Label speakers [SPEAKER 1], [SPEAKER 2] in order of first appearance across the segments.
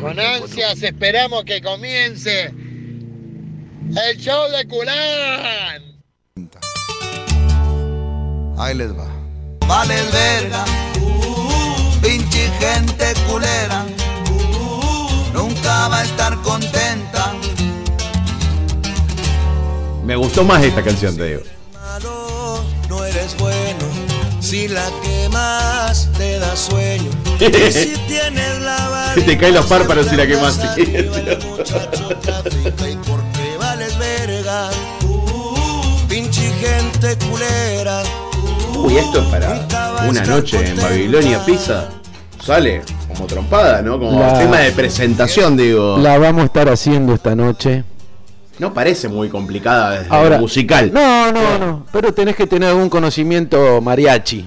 [SPEAKER 1] Con ansias esperamos que comience el show de Culán.
[SPEAKER 2] Ahí les va. Vales verga, Uh, pinche gente culera, Uh, nunca va a estar contenta.
[SPEAKER 3] Me gustó más esta canción, te digo.
[SPEAKER 2] Malo, no eres bueno, si la que más te da sueño. Y si tienes la
[SPEAKER 3] Se te caen los párpados si la quemas.
[SPEAKER 2] y porque vales verga, Uh, pinche gente culera.
[SPEAKER 3] Uy, esto es para una noche en Babilonia Pisa. Sale como trompada, ¿no? Como
[SPEAKER 4] La-
[SPEAKER 3] tema de presentación, digo.
[SPEAKER 4] La vamos a estar haciendo esta noche.
[SPEAKER 3] No parece muy complicada desde
[SPEAKER 4] Ahora,
[SPEAKER 3] lo musical.
[SPEAKER 4] No, no, no. Pero tenés que tener algún conocimiento mariachi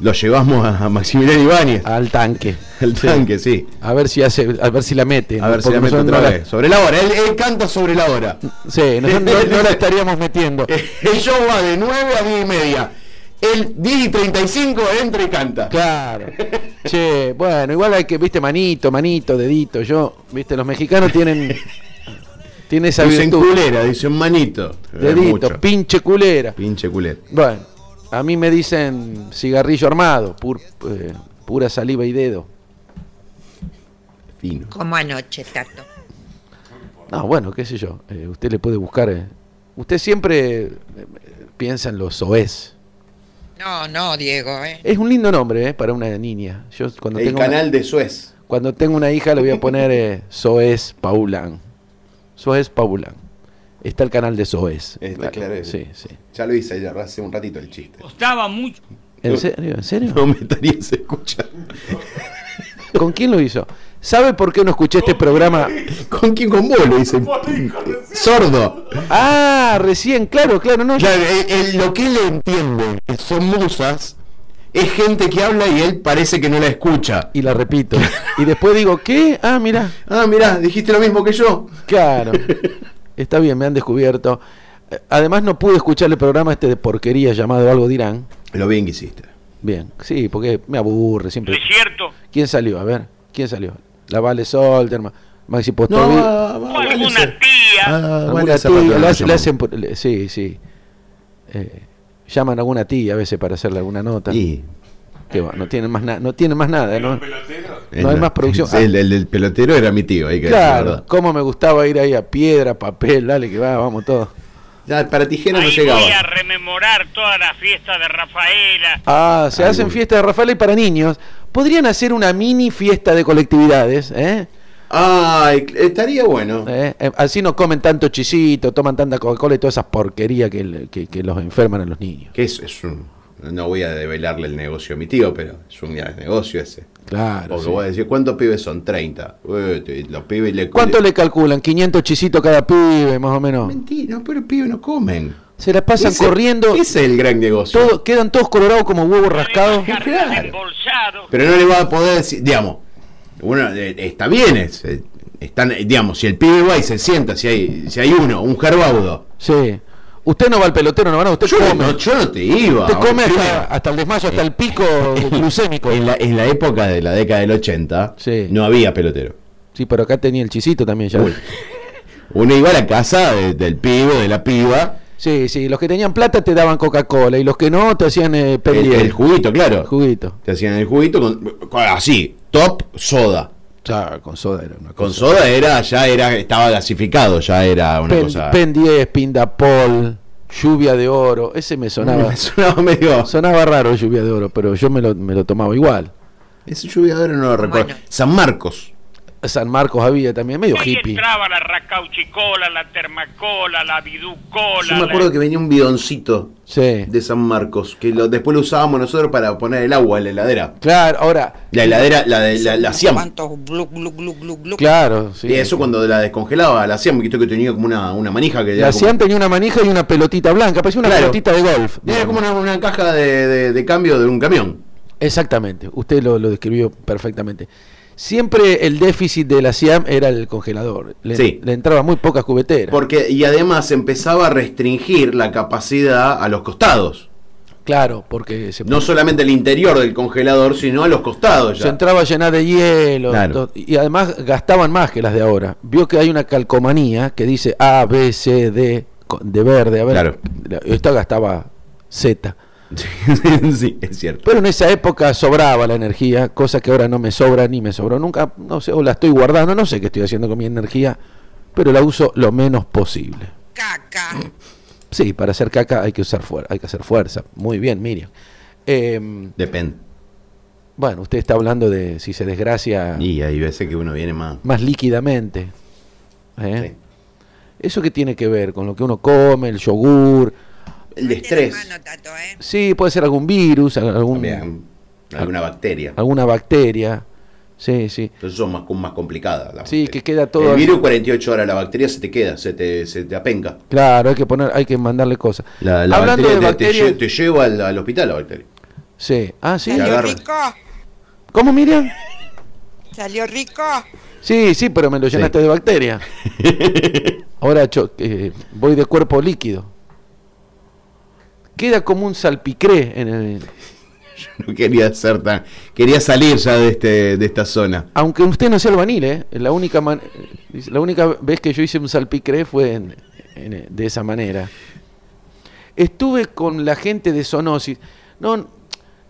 [SPEAKER 3] Lo llevamos a a Maximiliano Ibáñez,
[SPEAKER 4] al tanque.
[SPEAKER 3] al tanque, sí.
[SPEAKER 4] A ver si hace, a ver si la mete.
[SPEAKER 3] A ver si la meto otra vez. Sobre la hora, él, él canta sobre la hora.
[SPEAKER 4] Sí, nosotros no, no la estaríamos metiendo.
[SPEAKER 3] El show va de 9 a 10 y media. El 10 y 35 entra y canta.
[SPEAKER 4] Claro. Che, bueno, igual hay que, viste, manito, manito, dedito. Yo, viste, los mexicanos tienen, tienen esa
[SPEAKER 3] Dicen
[SPEAKER 4] virtud.
[SPEAKER 3] culera, dicen manito. Eh,
[SPEAKER 4] Dedito,
[SPEAKER 3] mucho.
[SPEAKER 4] pinche culera.
[SPEAKER 3] Pinche culera.
[SPEAKER 4] Bueno, a mí me dicen cigarrillo armado, pur- eh, pura saliva y dedo.
[SPEAKER 3] Fino.
[SPEAKER 5] Como anoche, Tato.
[SPEAKER 4] No, Ah, bueno, qué sé yo. eh, usted le puede buscar. eh. Usted siempre eh, piensa en los soez.
[SPEAKER 5] No, no, Diego, ¿eh?
[SPEAKER 4] Es un lindo nombre eh, para una niña. Yo cuando
[SPEAKER 3] el
[SPEAKER 4] tengo
[SPEAKER 3] canal
[SPEAKER 4] una,
[SPEAKER 3] de Suez.
[SPEAKER 4] cuando tengo una hija le voy a poner eh, Soez Paulán. Soez Paulán. Está el canal de Soez.
[SPEAKER 3] Está claro eso.
[SPEAKER 4] Sí, sí.
[SPEAKER 3] Ya lo hice ya hace un ratito el chiste.
[SPEAKER 6] Costaba mucho.
[SPEAKER 4] ¿En serio? ¿En serio?
[SPEAKER 3] No me estarías escuchando.
[SPEAKER 4] ¿Con quién lo hizo? ¿Sabe por qué no escuché este programa?
[SPEAKER 3] ¿Con quién? Con vos lo dicen. Sordo.
[SPEAKER 4] Ah, recién, claro, claro, no.
[SPEAKER 3] Claro, el- el- lo que él entiende que son musas es gente que habla y él parece que no la escucha.
[SPEAKER 4] Y la repito. Y después digo, ¿qué? Ah, mira.
[SPEAKER 3] Ah, mirá, dijiste lo mismo que yo.
[SPEAKER 4] Claro. Está bien, me han descubierto. Eh, Además no pude escuchar el programa este de porquería llamado Algo dirán.
[SPEAKER 3] Lo bien que hiciste.
[SPEAKER 4] Bien, sí, porque me aburre siempre.
[SPEAKER 6] Es cierto.
[SPEAKER 4] ¿Quién salió? A ver, ¿quién salió? La Vale Solterman, Maxi
[SPEAKER 3] No,
[SPEAKER 4] Postovi.
[SPEAKER 6] O alguna tía.
[SPEAKER 3] Ah,
[SPEAKER 4] alguna tía, le hace- le hacen por- le- sí, sí. Eh, llaman a alguna tía a veces para hacerle alguna nota. Que va, no tienen más nada, no tienen más nada, ¿no? No hay más producción.
[SPEAKER 3] El, el- el pelotero era mi tío, hay que decir la
[SPEAKER 4] Claro,
[SPEAKER 3] verdad.
[SPEAKER 4] cómo me gustaba ir ahí a piedra, papel, dale que va, vamos todos.
[SPEAKER 3] Ya, para tijera no
[SPEAKER 6] Ahí voy a
[SPEAKER 3] llegaba.
[SPEAKER 6] rememorar toda la fiesta de Rafaela.
[SPEAKER 4] Ah, se
[SPEAKER 3] Ahí
[SPEAKER 4] hacen
[SPEAKER 3] voy.
[SPEAKER 4] fiestas de Rafael y para niños. Podrían hacer una mini fiesta de colectividades, ¿eh?
[SPEAKER 3] Ay, estaría bueno.
[SPEAKER 4] ¿Eh? Eh, Así no comen tanto chisito, toman tanta Coca-Cola y todas esas porquerías que, le- que- que los enferman a los niños.
[SPEAKER 3] Que es, es un. No voy a develarle el negocio a mi tío, pero es un gran negocio ese.
[SPEAKER 4] Claro.
[SPEAKER 3] Porque
[SPEAKER 4] sí.
[SPEAKER 3] voy a decir, ¿cuántos pibes son? 30. Eh, te- los pibes le.
[SPEAKER 4] ¿Cuánto le calculan? 500 chisitos cada pibe, más o menos.
[SPEAKER 3] Mentira, pero pibes no comen.
[SPEAKER 4] Se las pasan
[SPEAKER 3] Ese-
[SPEAKER 4] corriendo,
[SPEAKER 3] Ese es el gran negocio.
[SPEAKER 4] todo- quedan todos colorados como huevos rascados.
[SPEAKER 3] Claro.
[SPEAKER 6] Embolsado.
[SPEAKER 3] Pero no le va a poder decir, digamos, uno eh, está bien, es, eh, están, eh, digamos, si el pibe va y se sienta, si hay, si hay uno, un jarbaudo.
[SPEAKER 4] Sí. Usted no va al pelotero, no va, no, usted
[SPEAKER 3] Yo
[SPEAKER 4] come.
[SPEAKER 3] no, yo no te iba.
[SPEAKER 4] usted come
[SPEAKER 3] Primero,
[SPEAKER 4] hasta, hasta el desmayo, hasta el pico glucémico.
[SPEAKER 3] en, la, en la época de la década del 80
[SPEAKER 4] Sí.
[SPEAKER 3] no había pelotero.
[SPEAKER 4] Sí, pero acá tenía el chisito también ya.
[SPEAKER 3] Uno iba a la casa de- del pibe, de la piba,
[SPEAKER 4] Sí, sí, los que tenían plata te daban Coca-Cola y los que no te hacían eh,
[SPEAKER 3] el,
[SPEAKER 4] pedir
[SPEAKER 3] el juguito, claro.
[SPEAKER 4] juguito.
[SPEAKER 3] Te hacían el juguito con, con- así, top soda.
[SPEAKER 4] Ya, con soda era una
[SPEAKER 3] Con soda era, ya era, estaba gasificado, ya era una
[SPEAKER 4] Pen,
[SPEAKER 3] cosa.
[SPEAKER 4] Pen 10, Pindapol, Lluvia de Oro, ese me sonaba.
[SPEAKER 3] Me sonaba medio.
[SPEAKER 4] sonaba raro Lluvia de Oro, pero yo me lo, me lo tomaba igual.
[SPEAKER 3] Ese lluviadero no lo recuerdo.
[SPEAKER 5] Bueno.
[SPEAKER 3] San Marcos.
[SPEAKER 4] San Marcos había también, medio
[SPEAKER 6] Ahí
[SPEAKER 4] hippie.
[SPEAKER 6] entraba la rascauchicola, la termacola, la biducola.
[SPEAKER 3] Yo me
[SPEAKER 6] la-
[SPEAKER 3] acuerdo que venía un bidoncito
[SPEAKER 4] Sí.
[SPEAKER 3] de San Marcos, que lo, después lo usábamos nosotros para poner el agua en la heladera.
[SPEAKER 4] Claro, ahora,
[SPEAKER 3] La heladera, la, de- la, la hacíamos.
[SPEAKER 5] ¿Cuántos glu, glu, glu, glu, glu?
[SPEAKER 4] claro, sí.
[SPEAKER 3] Y eso cuando la descongelaba, la hacíamos, que esto que tenía como una, una manija que le
[SPEAKER 4] La
[SPEAKER 3] daba como-
[SPEAKER 4] Cian tenía una manija y una pelotita blanca, parecía una
[SPEAKER 3] Claro.
[SPEAKER 4] pelotita de golf.
[SPEAKER 3] Era como una, una caja de, de- de cambio de un camión.
[SPEAKER 4] Exactamente, usted lo, lo describió perfectamente. Siempre el déficit de la Siam era el congelador. Le,
[SPEAKER 3] Sí.
[SPEAKER 4] le entraba muy pocas cubeteras.
[SPEAKER 3] Porque, y además empezaba a restringir la capacidad a los costados.
[SPEAKER 4] Claro, porque se,
[SPEAKER 3] No solamente el interior del congelador, sino a los costados
[SPEAKER 4] se
[SPEAKER 3] ya.
[SPEAKER 4] entraba a llenar de hielo.
[SPEAKER 3] Claro.
[SPEAKER 4] to- y además gastaban más que las de ahora. Vio que hay una calcomanía que dice A, B, C, D, co- de verde. A ver,
[SPEAKER 3] Claro.
[SPEAKER 4] la- esta gastaba Z.
[SPEAKER 3] sí, es cierto.
[SPEAKER 4] Pero en esa época sobraba la energía, cosa que ahora no me sobra ni me sobró nunca, no sé, o la estoy guardando, no sé qué estoy haciendo con mi energía, pero la uso lo menos posible.
[SPEAKER 5] Caca.
[SPEAKER 4] Sí, para hacer caca hay que usar fuer- hay que hacer fuerza. Muy bien, Miriam. Eh,
[SPEAKER 3] Depende.
[SPEAKER 4] bueno, usted está hablando de si se desgracia
[SPEAKER 3] Y hay veces que uno viene más.
[SPEAKER 4] más líquidamente. ¿eh?
[SPEAKER 3] Sí.
[SPEAKER 4] ¿Eso qué tiene que ver con lo que uno come, el yogur?
[SPEAKER 3] El
[SPEAKER 5] Mete la
[SPEAKER 3] estrés.
[SPEAKER 5] mano, Tato, ¿eh?
[SPEAKER 4] Sí, puede ser algún virus, algún,
[SPEAKER 3] Bien. Alguna bacteria.
[SPEAKER 4] alguna bacteria. Sí, sí.
[SPEAKER 3] Entonces son más, más complicadas. las
[SPEAKER 4] Sí,
[SPEAKER 3] bacterias.
[SPEAKER 4] que queda todo
[SPEAKER 3] El
[SPEAKER 4] ahí.
[SPEAKER 3] virus 48 horas, la bacteria se te queda, se te, se te apenca.
[SPEAKER 4] Claro, hay que poner, hay que mandarle cosas.
[SPEAKER 3] La, la
[SPEAKER 4] Hablando
[SPEAKER 3] bacteria,
[SPEAKER 4] de
[SPEAKER 3] te- te,
[SPEAKER 4] bacterias,
[SPEAKER 3] lle- te lleva al, al hospital la bacteria.
[SPEAKER 4] sí. Ah, sí.
[SPEAKER 3] Te
[SPEAKER 5] ¿Salió
[SPEAKER 3] agarra.
[SPEAKER 5] rico?
[SPEAKER 4] ¿Cómo Miriam?
[SPEAKER 5] ¿Salió rico?
[SPEAKER 4] Sí, sí, pero me lo llenaste de bacteria. Ahora cho- eh, voy de cuerpo líquido. Queda como un salpicré en el-
[SPEAKER 3] No quería ser tan. Quería salir ya de, este, de esta zona.
[SPEAKER 4] aunque usted no sea albanil, ¿eh? la única man- dice, la única vez que yo hice un salpicré fue en- en- eh, de esa manera. Estuve con la gente de Sonosis. No,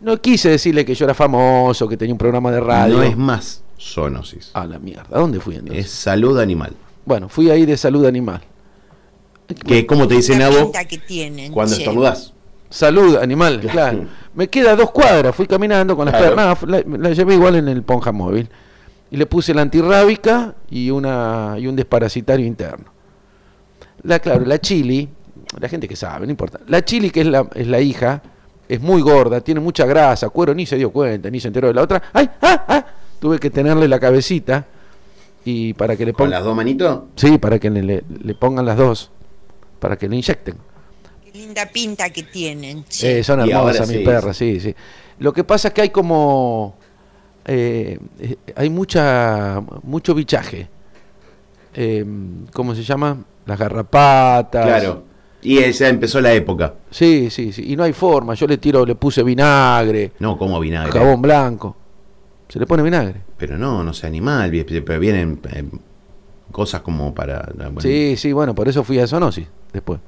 [SPEAKER 4] no quise decirle que yo era famoso, que tenía un programa de radio.
[SPEAKER 3] No es más zoonosis.
[SPEAKER 4] A la mierda. ¿A dónde fui entonces?
[SPEAKER 3] Es salud animal.
[SPEAKER 4] Bueno, fui ahí de salud animal.
[SPEAKER 3] Que es como te dicen a
[SPEAKER 5] La
[SPEAKER 3] vos
[SPEAKER 5] pinta que tienen,
[SPEAKER 3] cuando
[SPEAKER 5] che.
[SPEAKER 3] estornudás.
[SPEAKER 4] Salud animal, claro.
[SPEAKER 3] Claro.
[SPEAKER 4] Me queda dos cuadras, fui caminando con las
[SPEAKER 3] Claro.
[SPEAKER 4] piernas, la, la llevé igual en el ponja móvil. Y le puse la antirrábica y, una, y un desparasitario interno. La, claro, la chili, la gente que sabe, no importa. La chili, que es la, es la hija, es muy gorda, tiene mucha grasa, cuero, ni se dio cuenta, ni se enteró de la otra. ¡Ay! ¡Ah! ¡Ah! Tuve que tenerle la cabecita y para que le
[SPEAKER 3] Con
[SPEAKER 4] ponga...
[SPEAKER 3] las dos manitos.
[SPEAKER 4] Sí, para que le, le- le pongan las dos, para que le inyecten.
[SPEAKER 5] Qué linda pinta que tienen, che. Ah,
[SPEAKER 4] Eh, son
[SPEAKER 3] Y ahora
[SPEAKER 4] hermosas mis
[SPEAKER 3] sí.
[SPEAKER 4] perras, sí, sí. Lo que pasa es que hay como... eh, eh, hay mucha mucho bichaje. Eh, ¿Cómo se llama? Las garrapatas.
[SPEAKER 3] Claro. Y esa empezó la época.
[SPEAKER 4] Sí, sí, sí. Y no hay forma. Yo le tiro, le puse vinagre,
[SPEAKER 3] No, como vinagre.
[SPEAKER 4] jabón blanco. Se le pone vinagre.
[SPEAKER 3] Pero no, no sea animal. vi- Pero vienen eh, cosas como para. bueno,
[SPEAKER 4] Sí, sí, bueno, por eso fui a Sonosis después.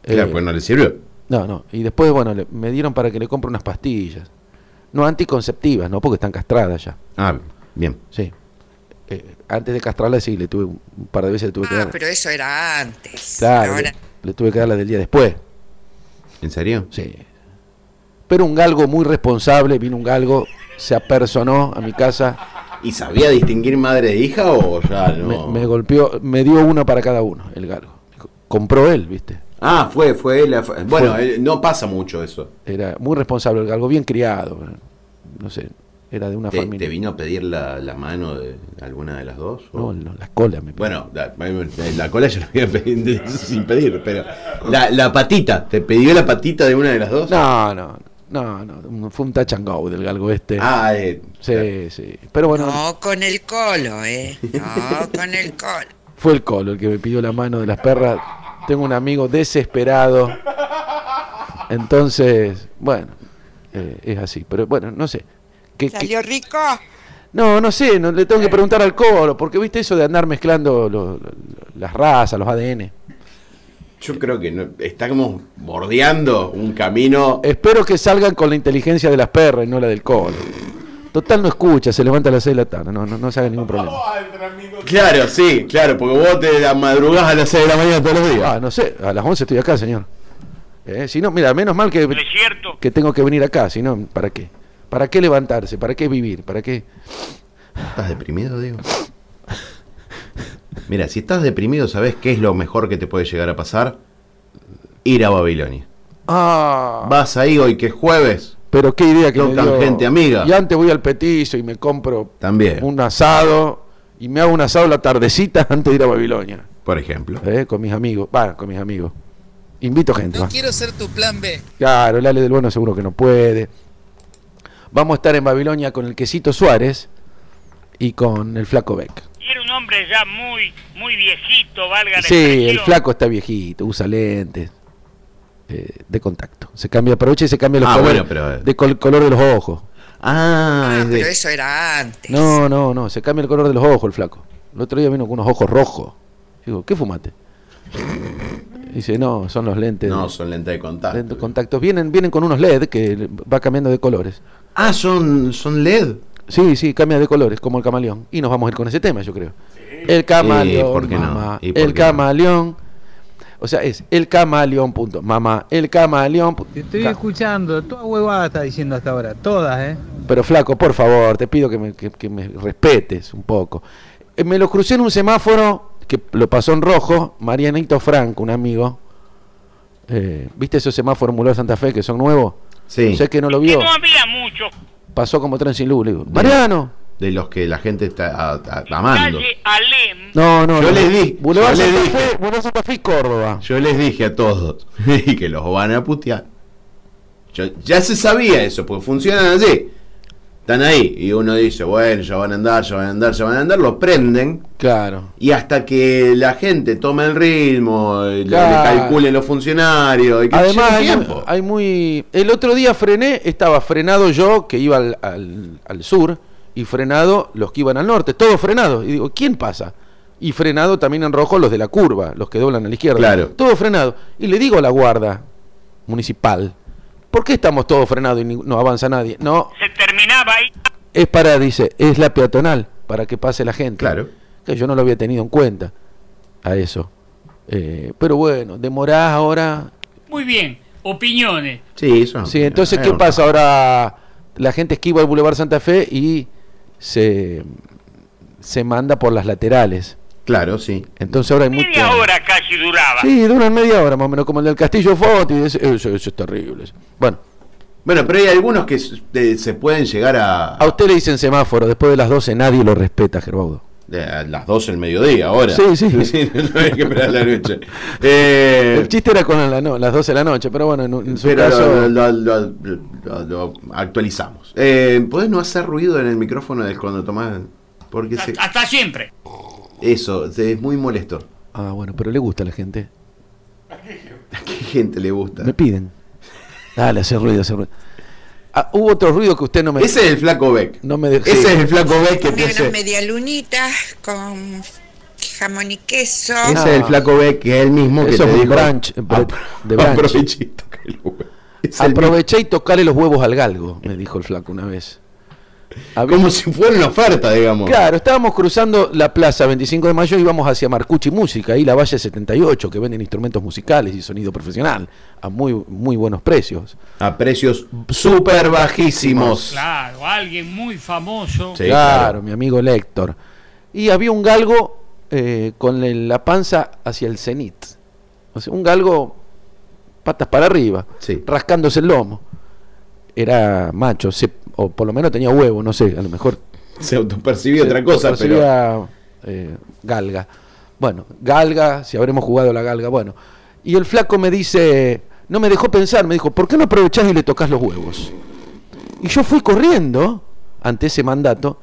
[SPEAKER 3] Claro,
[SPEAKER 4] Eh,
[SPEAKER 3] pues no le sirvió.
[SPEAKER 4] No, no. Y después, bueno, le- me dieron para que le compre unas pastillas. No anticonceptivas, ¿no? Porque están castradas ya.
[SPEAKER 3] Ah, bien.
[SPEAKER 4] Sí. Eh, antes de castrarlas, sí, le tuve un un par de veces le tuve que
[SPEAKER 5] Ah,
[SPEAKER 4] dar.
[SPEAKER 5] pero eso era antes.
[SPEAKER 4] claro,
[SPEAKER 5] Ahora,
[SPEAKER 4] le, le tuve que dar la del día después.
[SPEAKER 3] ¿En serio?
[SPEAKER 4] Sí. Pero un galgo muy responsable, vino un galgo, se apersonó a mi casa,
[SPEAKER 3] ¿Y sabía distinguir madre e hija o ya no?
[SPEAKER 4] me, me golpeó, me dio uno para cada uno, el galgo. Compró él, ¿viste?
[SPEAKER 3] Ah, fue, fue él. fue- Bueno,
[SPEAKER 4] Fue.
[SPEAKER 3] eh, no pasa mucho eso.
[SPEAKER 4] Era muy responsable el galgo, bien criado. No sé, era de una
[SPEAKER 3] ¿Te,
[SPEAKER 4] familia.
[SPEAKER 3] te vino a pedir la, la mano de alguna de las dos? o?
[SPEAKER 4] No, no, las colas me
[SPEAKER 3] Bueno, la, la cola yo la voy a pedir sin pedir, pero. La, la patita, ¿te pidió la patita de una de las dos?
[SPEAKER 4] No, no, no, no, fue un touch and go del galgo este.
[SPEAKER 3] Ah, eh,
[SPEAKER 4] sí, sí. Pero bueno,
[SPEAKER 5] No con el colo, ¿eh? No con el colo.
[SPEAKER 4] fue el colo el que me pidió la mano de las perras. Tengo un amigo desesperado. Entonces, bueno, eh, es así. Pero bueno, no sé. ¿Qué- qué-
[SPEAKER 5] ¿Salió rico?
[SPEAKER 3] Ah,
[SPEAKER 4] no, no sé, no, le tengo que preguntar al colo, porque viste eso de andar mezclando lo- lo- las razas, los ADN.
[SPEAKER 3] yo creo que no- estamos bordeando un camino.
[SPEAKER 4] Espero que salgan con la inteligencia de las perras y no la del colo. Total no escucha, se levanta a las 6 de la tarde, no, no, no se haga ningún problema.
[SPEAKER 3] Claro, sí, claro, porque vos te la madrugás a las 6 de la mañana todos los días.
[SPEAKER 4] Ah, no sé, a las 11 estoy acá, señor. Eh, si no, mira, menos mal que...
[SPEAKER 6] No es cierto.
[SPEAKER 4] que tengo que venir acá, si no, ¿para qué? ¿Para qué levantarse? ¿Para qué vivir? ¿Para qué?
[SPEAKER 3] ¿Estás deprimido, Diego? Mira, si estás deprimido, ¿sabés qué es lo mejor que te puede llegar a pasar? Ir a Babilonia.
[SPEAKER 4] Ah,
[SPEAKER 3] Vas ahí hoy que es jueves,
[SPEAKER 4] pero qué idea que
[SPEAKER 3] No
[SPEAKER 4] me
[SPEAKER 3] tan
[SPEAKER 4] dio.
[SPEAKER 3] gente amiga.
[SPEAKER 4] Y antes voy al petizo y me compro
[SPEAKER 3] También.
[SPEAKER 4] un asado y me hago un asado la tardecita antes de ir a Babilonia,
[SPEAKER 3] por ejemplo.
[SPEAKER 4] ¿eh? con mis amigos, va, con mis amigos. Invito gente. va.
[SPEAKER 7] quiero ser tu plan B.
[SPEAKER 4] Claro, el Ale del Bueno seguro que no puede. Vamos a estar en Babilonia con el quesito Suárez y con el flaco Beck.
[SPEAKER 6] Y era un hombre ya muy, muy viejito, valga la
[SPEAKER 4] Sí, el
[SPEAKER 6] expresión.
[SPEAKER 4] flaco está viejito, usa lentes eh, de contacto. Se cambia, aprovecha y se cambia los
[SPEAKER 3] Ah,
[SPEAKER 4] colores
[SPEAKER 3] bueno, pero-
[SPEAKER 4] de col- color de los ojos.
[SPEAKER 3] Ah,
[SPEAKER 5] Ah,
[SPEAKER 3] es de-
[SPEAKER 5] pero eso era antes.
[SPEAKER 4] No, no, no, se cambia el color de los ojos el flaco. El otro día vino con unos ojos rojos. Digo, ¿qué fumaste? Dice, no, son los lentes.
[SPEAKER 3] No,
[SPEAKER 4] de-
[SPEAKER 3] son lentes de contacto.
[SPEAKER 4] de de contactos. Vienen, vienen con unos LED que va cambiando de colores.
[SPEAKER 3] Ah, son, son LED.
[SPEAKER 4] Sí, sí, cambia de colores, como el camaleón. Y nos vamos a ir con ese tema, yo creo. El camaleón,
[SPEAKER 3] Sí, ¿por qué no?
[SPEAKER 4] mamá.
[SPEAKER 3] ¿Y por
[SPEAKER 4] El
[SPEAKER 3] qué no?
[SPEAKER 4] camaleón. O sea, es el camaleón, punto. Mamá, el camaleón. pu-
[SPEAKER 7] Te estoy
[SPEAKER 4] Ca-
[SPEAKER 7] escuchando, toda huevada está diciendo hasta ahora, todas, ¿eh?
[SPEAKER 4] Pero flaco, por favor, te pido que me, que- que me respetes un poco. Eh, Me lo crucé en un semáforo que lo pasó en rojo, Marianito Franco, un amigo. Eh, ¿Viste esos semáforos mulados de Santa Fe que son nuevos?
[SPEAKER 3] Sí.
[SPEAKER 4] Sé que no lo
[SPEAKER 6] Que
[SPEAKER 4] vio.
[SPEAKER 6] no había mucho.
[SPEAKER 4] Pasó como tren sin luz. Le digo, Mariano.
[SPEAKER 3] De los que la gente está a- a-
[SPEAKER 4] Ah,
[SPEAKER 3] amando.
[SPEAKER 6] Calle Alem.
[SPEAKER 4] No, no,
[SPEAKER 3] Yo
[SPEAKER 4] no.
[SPEAKER 3] les di,
[SPEAKER 4] Boulevard
[SPEAKER 3] yo les
[SPEAKER 4] Santa
[SPEAKER 3] dije.
[SPEAKER 4] Fe, Boulevard Santa Fe y Córdoba.
[SPEAKER 3] Yo les dije a todos y que los van a putear. Yo- ya se sabía eso, porque funcionan así. Están ahí y uno dice, bueno, ya van a andar, ya van a andar, ya van a andar, los prenden
[SPEAKER 4] Claro.
[SPEAKER 3] y hasta que la gente tome el ritmo, y le-
[SPEAKER 4] Claro.
[SPEAKER 3] le calculen los funcionarios y que
[SPEAKER 4] Además,
[SPEAKER 3] lleve
[SPEAKER 4] hay,
[SPEAKER 3] tiempo.
[SPEAKER 4] hay muy. El otro día frené, estaba frenado yo, que iba al, al- al sur, y frenado los que iban al norte, todos frenados. Y digo, ¿quién pasa? Y frenado también en rojo los de la curva, los que doblan a la izquierda.
[SPEAKER 3] Claro.
[SPEAKER 4] Todo frenado. Y le digo a la guarda municipal, ¿por qué estamos todos frenados y ni- no avanza nadie? No,
[SPEAKER 6] Se terminaba ahí.
[SPEAKER 4] es para, dice, es la peatonal, para que pase la gente.
[SPEAKER 3] Claro.
[SPEAKER 4] Que yo no lo había tenido en cuenta a eso. Eh, pero bueno, demorás ahora
[SPEAKER 8] Muy bien, opiniones.
[SPEAKER 3] Sí, eso no-
[SPEAKER 4] Sí, entonces,
[SPEAKER 3] es
[SPEAKER 4] ¿qué
[SPEAKER 3] un-
[SPEAKER 4] pasa? Ahora la gente esquiva el Boulevard Santa Fe y se, se manda por las laterales.
[SPEAKER 3] Claro, sí.
[SPEAKER 4] Entonces ahora hay mucho.
[SPEAKER 6] Media hora casi duraba.
[SPEAKER 4] Sí, duran media hora más o menos, como el del Castillo Foti. Eso, eso- eso es terrible. eso. Bueno,
[SPEAKER 3] Bueno, pero hay algunos que s- de- se pueden llegar a,
[SPEAKER 4] a usted le dicen semáforo, después de las 12 nadie lo respeta, Gerbaudo.
[SPEAKER 3] de- a las 12 del mediodía ahora.
[SPEAKER 4] Sí, sí.
[SPEAKER 3] no hay que esperar la noche. Eh,
[SPEAKER 4] El chiste era con la no- las 12 de la noche, pero bueno, en, en su
[SPEAKER 3] Pero
[SPEAKER 4] caso.
[SPEAKER 3] lo, lo- lo- lo- lo actualizamos. Eh, ¿Podés no hacer ruido en el micrófono de cuando tomás? Porque se-
[SPEAKER 8] Hasta, hasta siempre.
[SPEAKER 3] eso se- es muy molesto.
[SPEAKER 4] Ah, bueno, pero le gusta a la gente.
[SPEAKER 3] ¿A qué gente le gusta?
[SPEAKER 4] Me piden. Dale, hace ruido, hace ruido. Ah, hubo otro ruido que usted no me.
[SPEAKER 3] Ese es el flaco Beck.
[SPEAKER 4] no me dejó.
[SPEAKER 3] Ese es el flaco Beck que te
[SPEAKER 5] Ponía
[SPEAKER 3] hace.
[SPEAKER 5] unas medialunitas con jamón y queso.
[SPEAKER 3] Ese es el flaco Beck que es el mismo que
[SPEAKER 4] Ah. Eso
[SPEAKER 3] te
[SPEAKER 4] es un
[SPEAKER 3] dijo,
[SPEAKER 4] brunch, br-
[SPEAKER 3] "Apro-
[SPEAKER 4] de brunch".
[SPEAKER 3] aproveché y toca el huevo. Es el
[SPEAKER 4] Aproveché y tocarle los huevos al galgo, me dijo el flaco una vez.
[SPEAKER 3] mismo. como si fuera una oferta, digamos.
[SPEAKER 4] Claro, estábamos cruzando la plaza 25 de mayo y íbamos hacia Marcucci Música, ahí la Valle 78, que venden instrumentos musicales y sonido profesional a muy, muy buenos precios.
[SPEAKER 3] A precios súper bajísimos.
[SPEAKER 8] Claro, alguien muy famoso.
[SPEAKER 3] Sí,
[SPEAKER 4] claro, mi amigo el Héctor. Y había un galgo eh, con el- la panza hacia el cenit. O sea, un galgo patas para arriba,
[SPEAKER 3] Sí.
[SPEAKER 4] rascándose el lomo. Era macho, se- o por lo menos tenía huevo, no sé, a lo mejor
[SPEAKER 3] Se autopercibió otra cosa, pero.
[SPEAKER 4] Sería, eh, galga. Bueno, galga, si habremos jugado la galga, bueno. Y el flaco me dice, no me dejó pensar, me dijo, ¿por qué no aprovechás y le tocas los huevos? Y yo fui corriendo ante ese mandato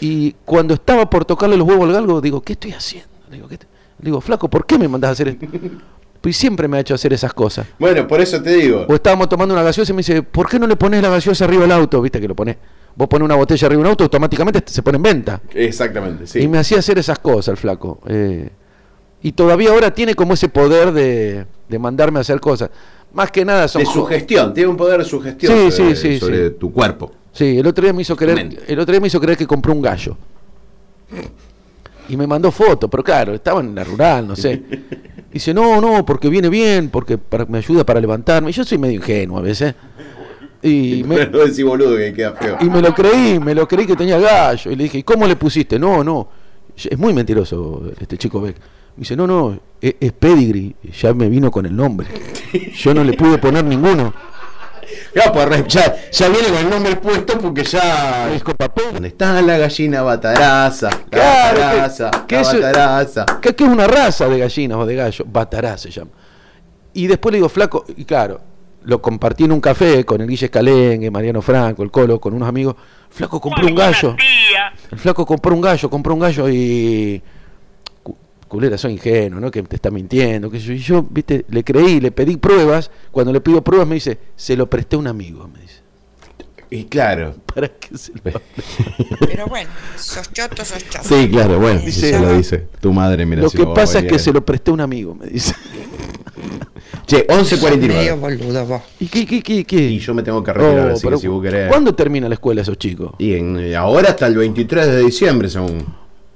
[SPEAKER 4] y cuando estaba por tocarle los huevos al galgo, digo, ¿qué estoy haciendo? Le digo, "¿Qué te-?" Le digo, flaco, ¿por qué me mandás a hacer esto? Pues siempre me ha hecho hacer esas cosas.
[SPEAKER 3] Bueno, por eso te digo.
[SPEAKER 4] O estábamos tomando una gaseosa y me dice, ¿por qué no le pones la gaseosa arriba del auto? Viste que lo pones. Vos pones una botella arriba de un auto, automáticamente se pone en venta.
[SPEAKER 3] Exactamente, sí.
[SPEAKER 4] Y me hacía hacer esas cosas el flaco. eh, y todavía ahora tiene como ese poder de, de mandarme a hacer cosas. Más que nada son...
[SPEAKER 3] de
[SPEAKER 4] jo-
[SPEAKER 3] sugestión, tiene un poder de sugestión
[SPEAKER 4] Sí,
[SPEAKER 3] sobre,
[SPEAKER 4] sí, sí,
[SPEAKER 3] sobre tu cuerpo.
[SPEAKER 4] Sí, el otro día me hizo creer,
[SPEAKER 3] Mente.
[SPEAKER 4] el otro día me hizo creer que compró un gallo. Y me mandó fotos, pero claro, estaba en la rural, no sé. Dice, no, no, porque viene bien, porque para- me ayuda para levantarme. Y yo soy medio ingenuo a veces. Y me,
[SPEAKER 3] no decís boludo que queda feo.
[SPEAKER 4] Y me lo creí, me lo creí que tenía gallo. Y le dije, ¿y cómo le pusiste? No, no. Es muy mentiroso este chico Beck. Me dice, no, no, es, es pedigree. Ya me vino con el nombre. Yo no le pude poner ninguno.
[SPEAKER 3] Ya, pues, re- ya, ya viene con el nombre puesto porque ya.
[SPEAKER 4] Es con papel.
[SPEAKER 3] ¿Dónde está la gallina bataraza? La
[SPEAKER 4] Claro, que-
[SPEAKER 3] bataraza,
[SPEAKER 4] que
[SPEAKER 3] la
[SPEAKER 4] eso-
[SPEAKER 3] bataraza.
[SPEAKER 4] Que, que es una raza de gallinas o de gallo. Batará se llama. Y después le digo, flaco, y claro, lo compartí en un café con el Guille Escalengue, Mariano Franco, el Colo, con unos amigos. Flaco, compré un
[SPEAKER 6] Alguna
[SPEAKER 4] gallo.
[SPEAKER 6] tía.
[SPEAKER 4] El flaco compró un gallo, compró un gallo y cu- culera, soy ingenuo, ¿no? Que te está mintiendo, que yo, y yo, viste, le creí, le pedí pruebas, cuando le pido pruebas me dice, se lo presté a un amigo, me dice.
[SPEAKER 3] Y claro.
[SPEAKER 4] ¿Para qué se lo
[SPEAKER 5] Pero bueno, sos choto, sos choto.
[SPEAKER 3] Sí, claro, bueno,
[SPEAKER 5] Eh,
[SPEAKER 3] si
[SPEAKER 4] Dice-
[SPEAKER 3] se lo dice. Tu madre, mira.
[SPEAKER 4] Lo
[SPEAKER 3] si
[SPEAKER 4] que
[SPEAKER 3] vos
[SPEAKER 4] pasa es que
[SPEAKER 3] valías.
[SPEAKER 4] se lo presté a un amigo, me dice.
[SPEAKER 3] Che,
[SPEAKER 5] sos Medio
[SPEAKER 3] 11.49.
[SPEAKER 5] boludo vos.
[SPEAKER 4] ¿Y qué, qué, qué, qué?
[SPEAKER 3] Y yo me tengo que retirar,
[SPEAKER 4] Oh,
[SPEAKER 3] así que
[SPEAKER 4] pero
[SPEAKER 3] si vos querés.
[SPEAKER 4] ¿Cuándo termina la escuela esos chicos?
[SPEAKER 3] Y en- eh, ahora hasta el 23 de diciembre, según.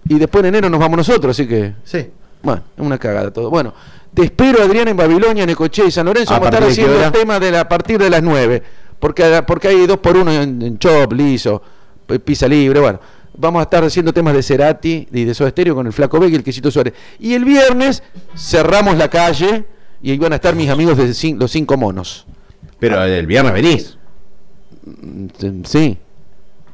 [SPEAKER 4] Y después en enero nos vamos nosotros, así que.
[SPEAKER 3] Sí.
[SPEAKER 4] Bueno, es una cagada todo. Bueno, te espero, Adrián, en Babilonia, Necochea y San Lorenzo.
[SPEAKER 3] ¿A
[SPEAKER 4] Vamos a estar
[SPEAKER 3] partir de qué
[SPEAKER 4] haciendo
[SPEAKER 3] hora?
[SPEAKER 4] el tema de la, a partir de las 9. Porque, a- porque hay dos por uno en, en Chop, Liso, p- Pisa Libre. Bueno, vamos a estar haciendo temas de Cerati y de Soda Stereo con el Flaco Beck y el Quesito Suárez. Y el viernes cerramos la calle y ahí van a estar mis amigos de cin- los cinco monos. Ah.
[SPEAKER 3] Pero el viernes venís.
[SPEAKER 4] Mm, Sí.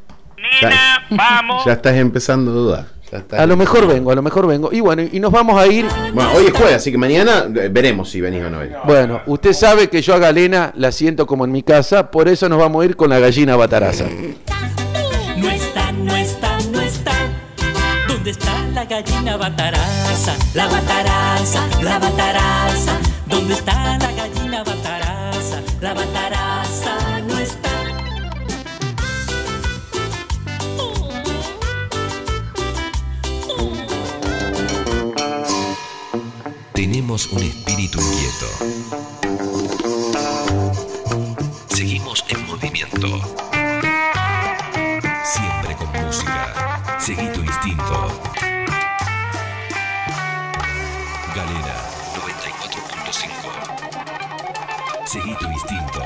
[SPEAKER 6] Nena, vamos.
[SPEAKER 3] Ya estás empezando a dudar. Ya estás-
[SPEAKER 4] A lo mejor vengo, a lo mejor vengo. Y bueno, y nos vamos a ir.
[SPEAKER 3] Bueno, hoy es jueves, así que mañana eh, veremos si venís o no venís.
[SPEAKER 4] Bueno, usted sabe que yo a Galena la siento como en mi casa, por eso nos vamos a ir con la gallina bataraza.
[SPEAKER 9] No está, no está, no está. ¿Dónde está la gallina bataraza? La bataraza, la bataraza. ¿Dónde está la gallina bataraza? La bataraza no está.
[SPEAKER 2] Tenemos un espíritu inquieto. Seguimos en movimiento. Siempre con música. Seguí tu instinto. Galera 94.5. Seguí tu instinto.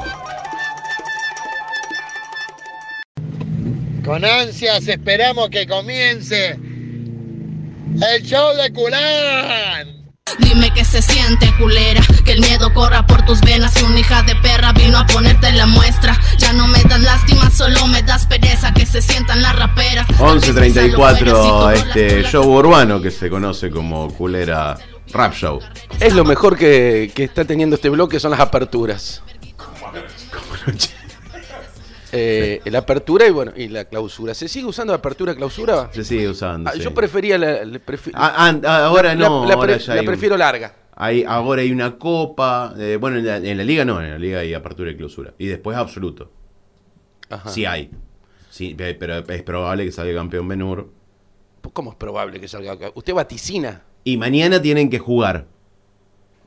[SPEAKER 1] Con ansias esperamos que comience el show de Culán.
[SPEAKER 10] Dime que se siente culera, que el miedo corra por tus venas y una hija de perra vino a ponerte la muestra. Ya no me das lástima, solo me das pereza que se sientan las raperas.
[SPEAKER 3] 11.34, este show
[SPEAKER 10] yo
[SPEAKER 3] urbano que se conoce como culera rap show.
[SPEAKER 4] Es lo mejor que, que está teniendo este bloque, son las aperturas. Eh, la apertura y bueno, y la clausura. ¿Se sigue usando apertura, clausura?
[SPEAKER 3] Se sigue usando.
[SPEAKER 4] Ah,
[SPEAKER 3] sí.
[SPEAKER 4] Yo prefería la, la prefi-
[SPEAKER 3] Ah, ah, ah, ahora
[SPEAKER 4] la-
[SPEAKER 3] no,
[SPEAKER 4] la
[SPEAKER 3] ahora
[SPEAKER 4] pre-
[SPEAKER 3] ya hay
[SPEAKER 4] la
[SPEAKER 3] un-
[SPEAKER 4] prefiero larga.
[SPEAKER 3] Hay- ahora hay una copa. eh, bueno, en la, en la liga no, en la liga hay apertura y clausura. Y después absoluto.
[SPEAKER 4] Ajá.
[SPEAKER 3] Sí hay. Sí, pe- pero es probable que salga campeón menor.
[SPEAKER 4] ¿Cómo es probable que salga acá? Usted vaticina.
[SPEAKER 3] Y mañana tienen que jugar.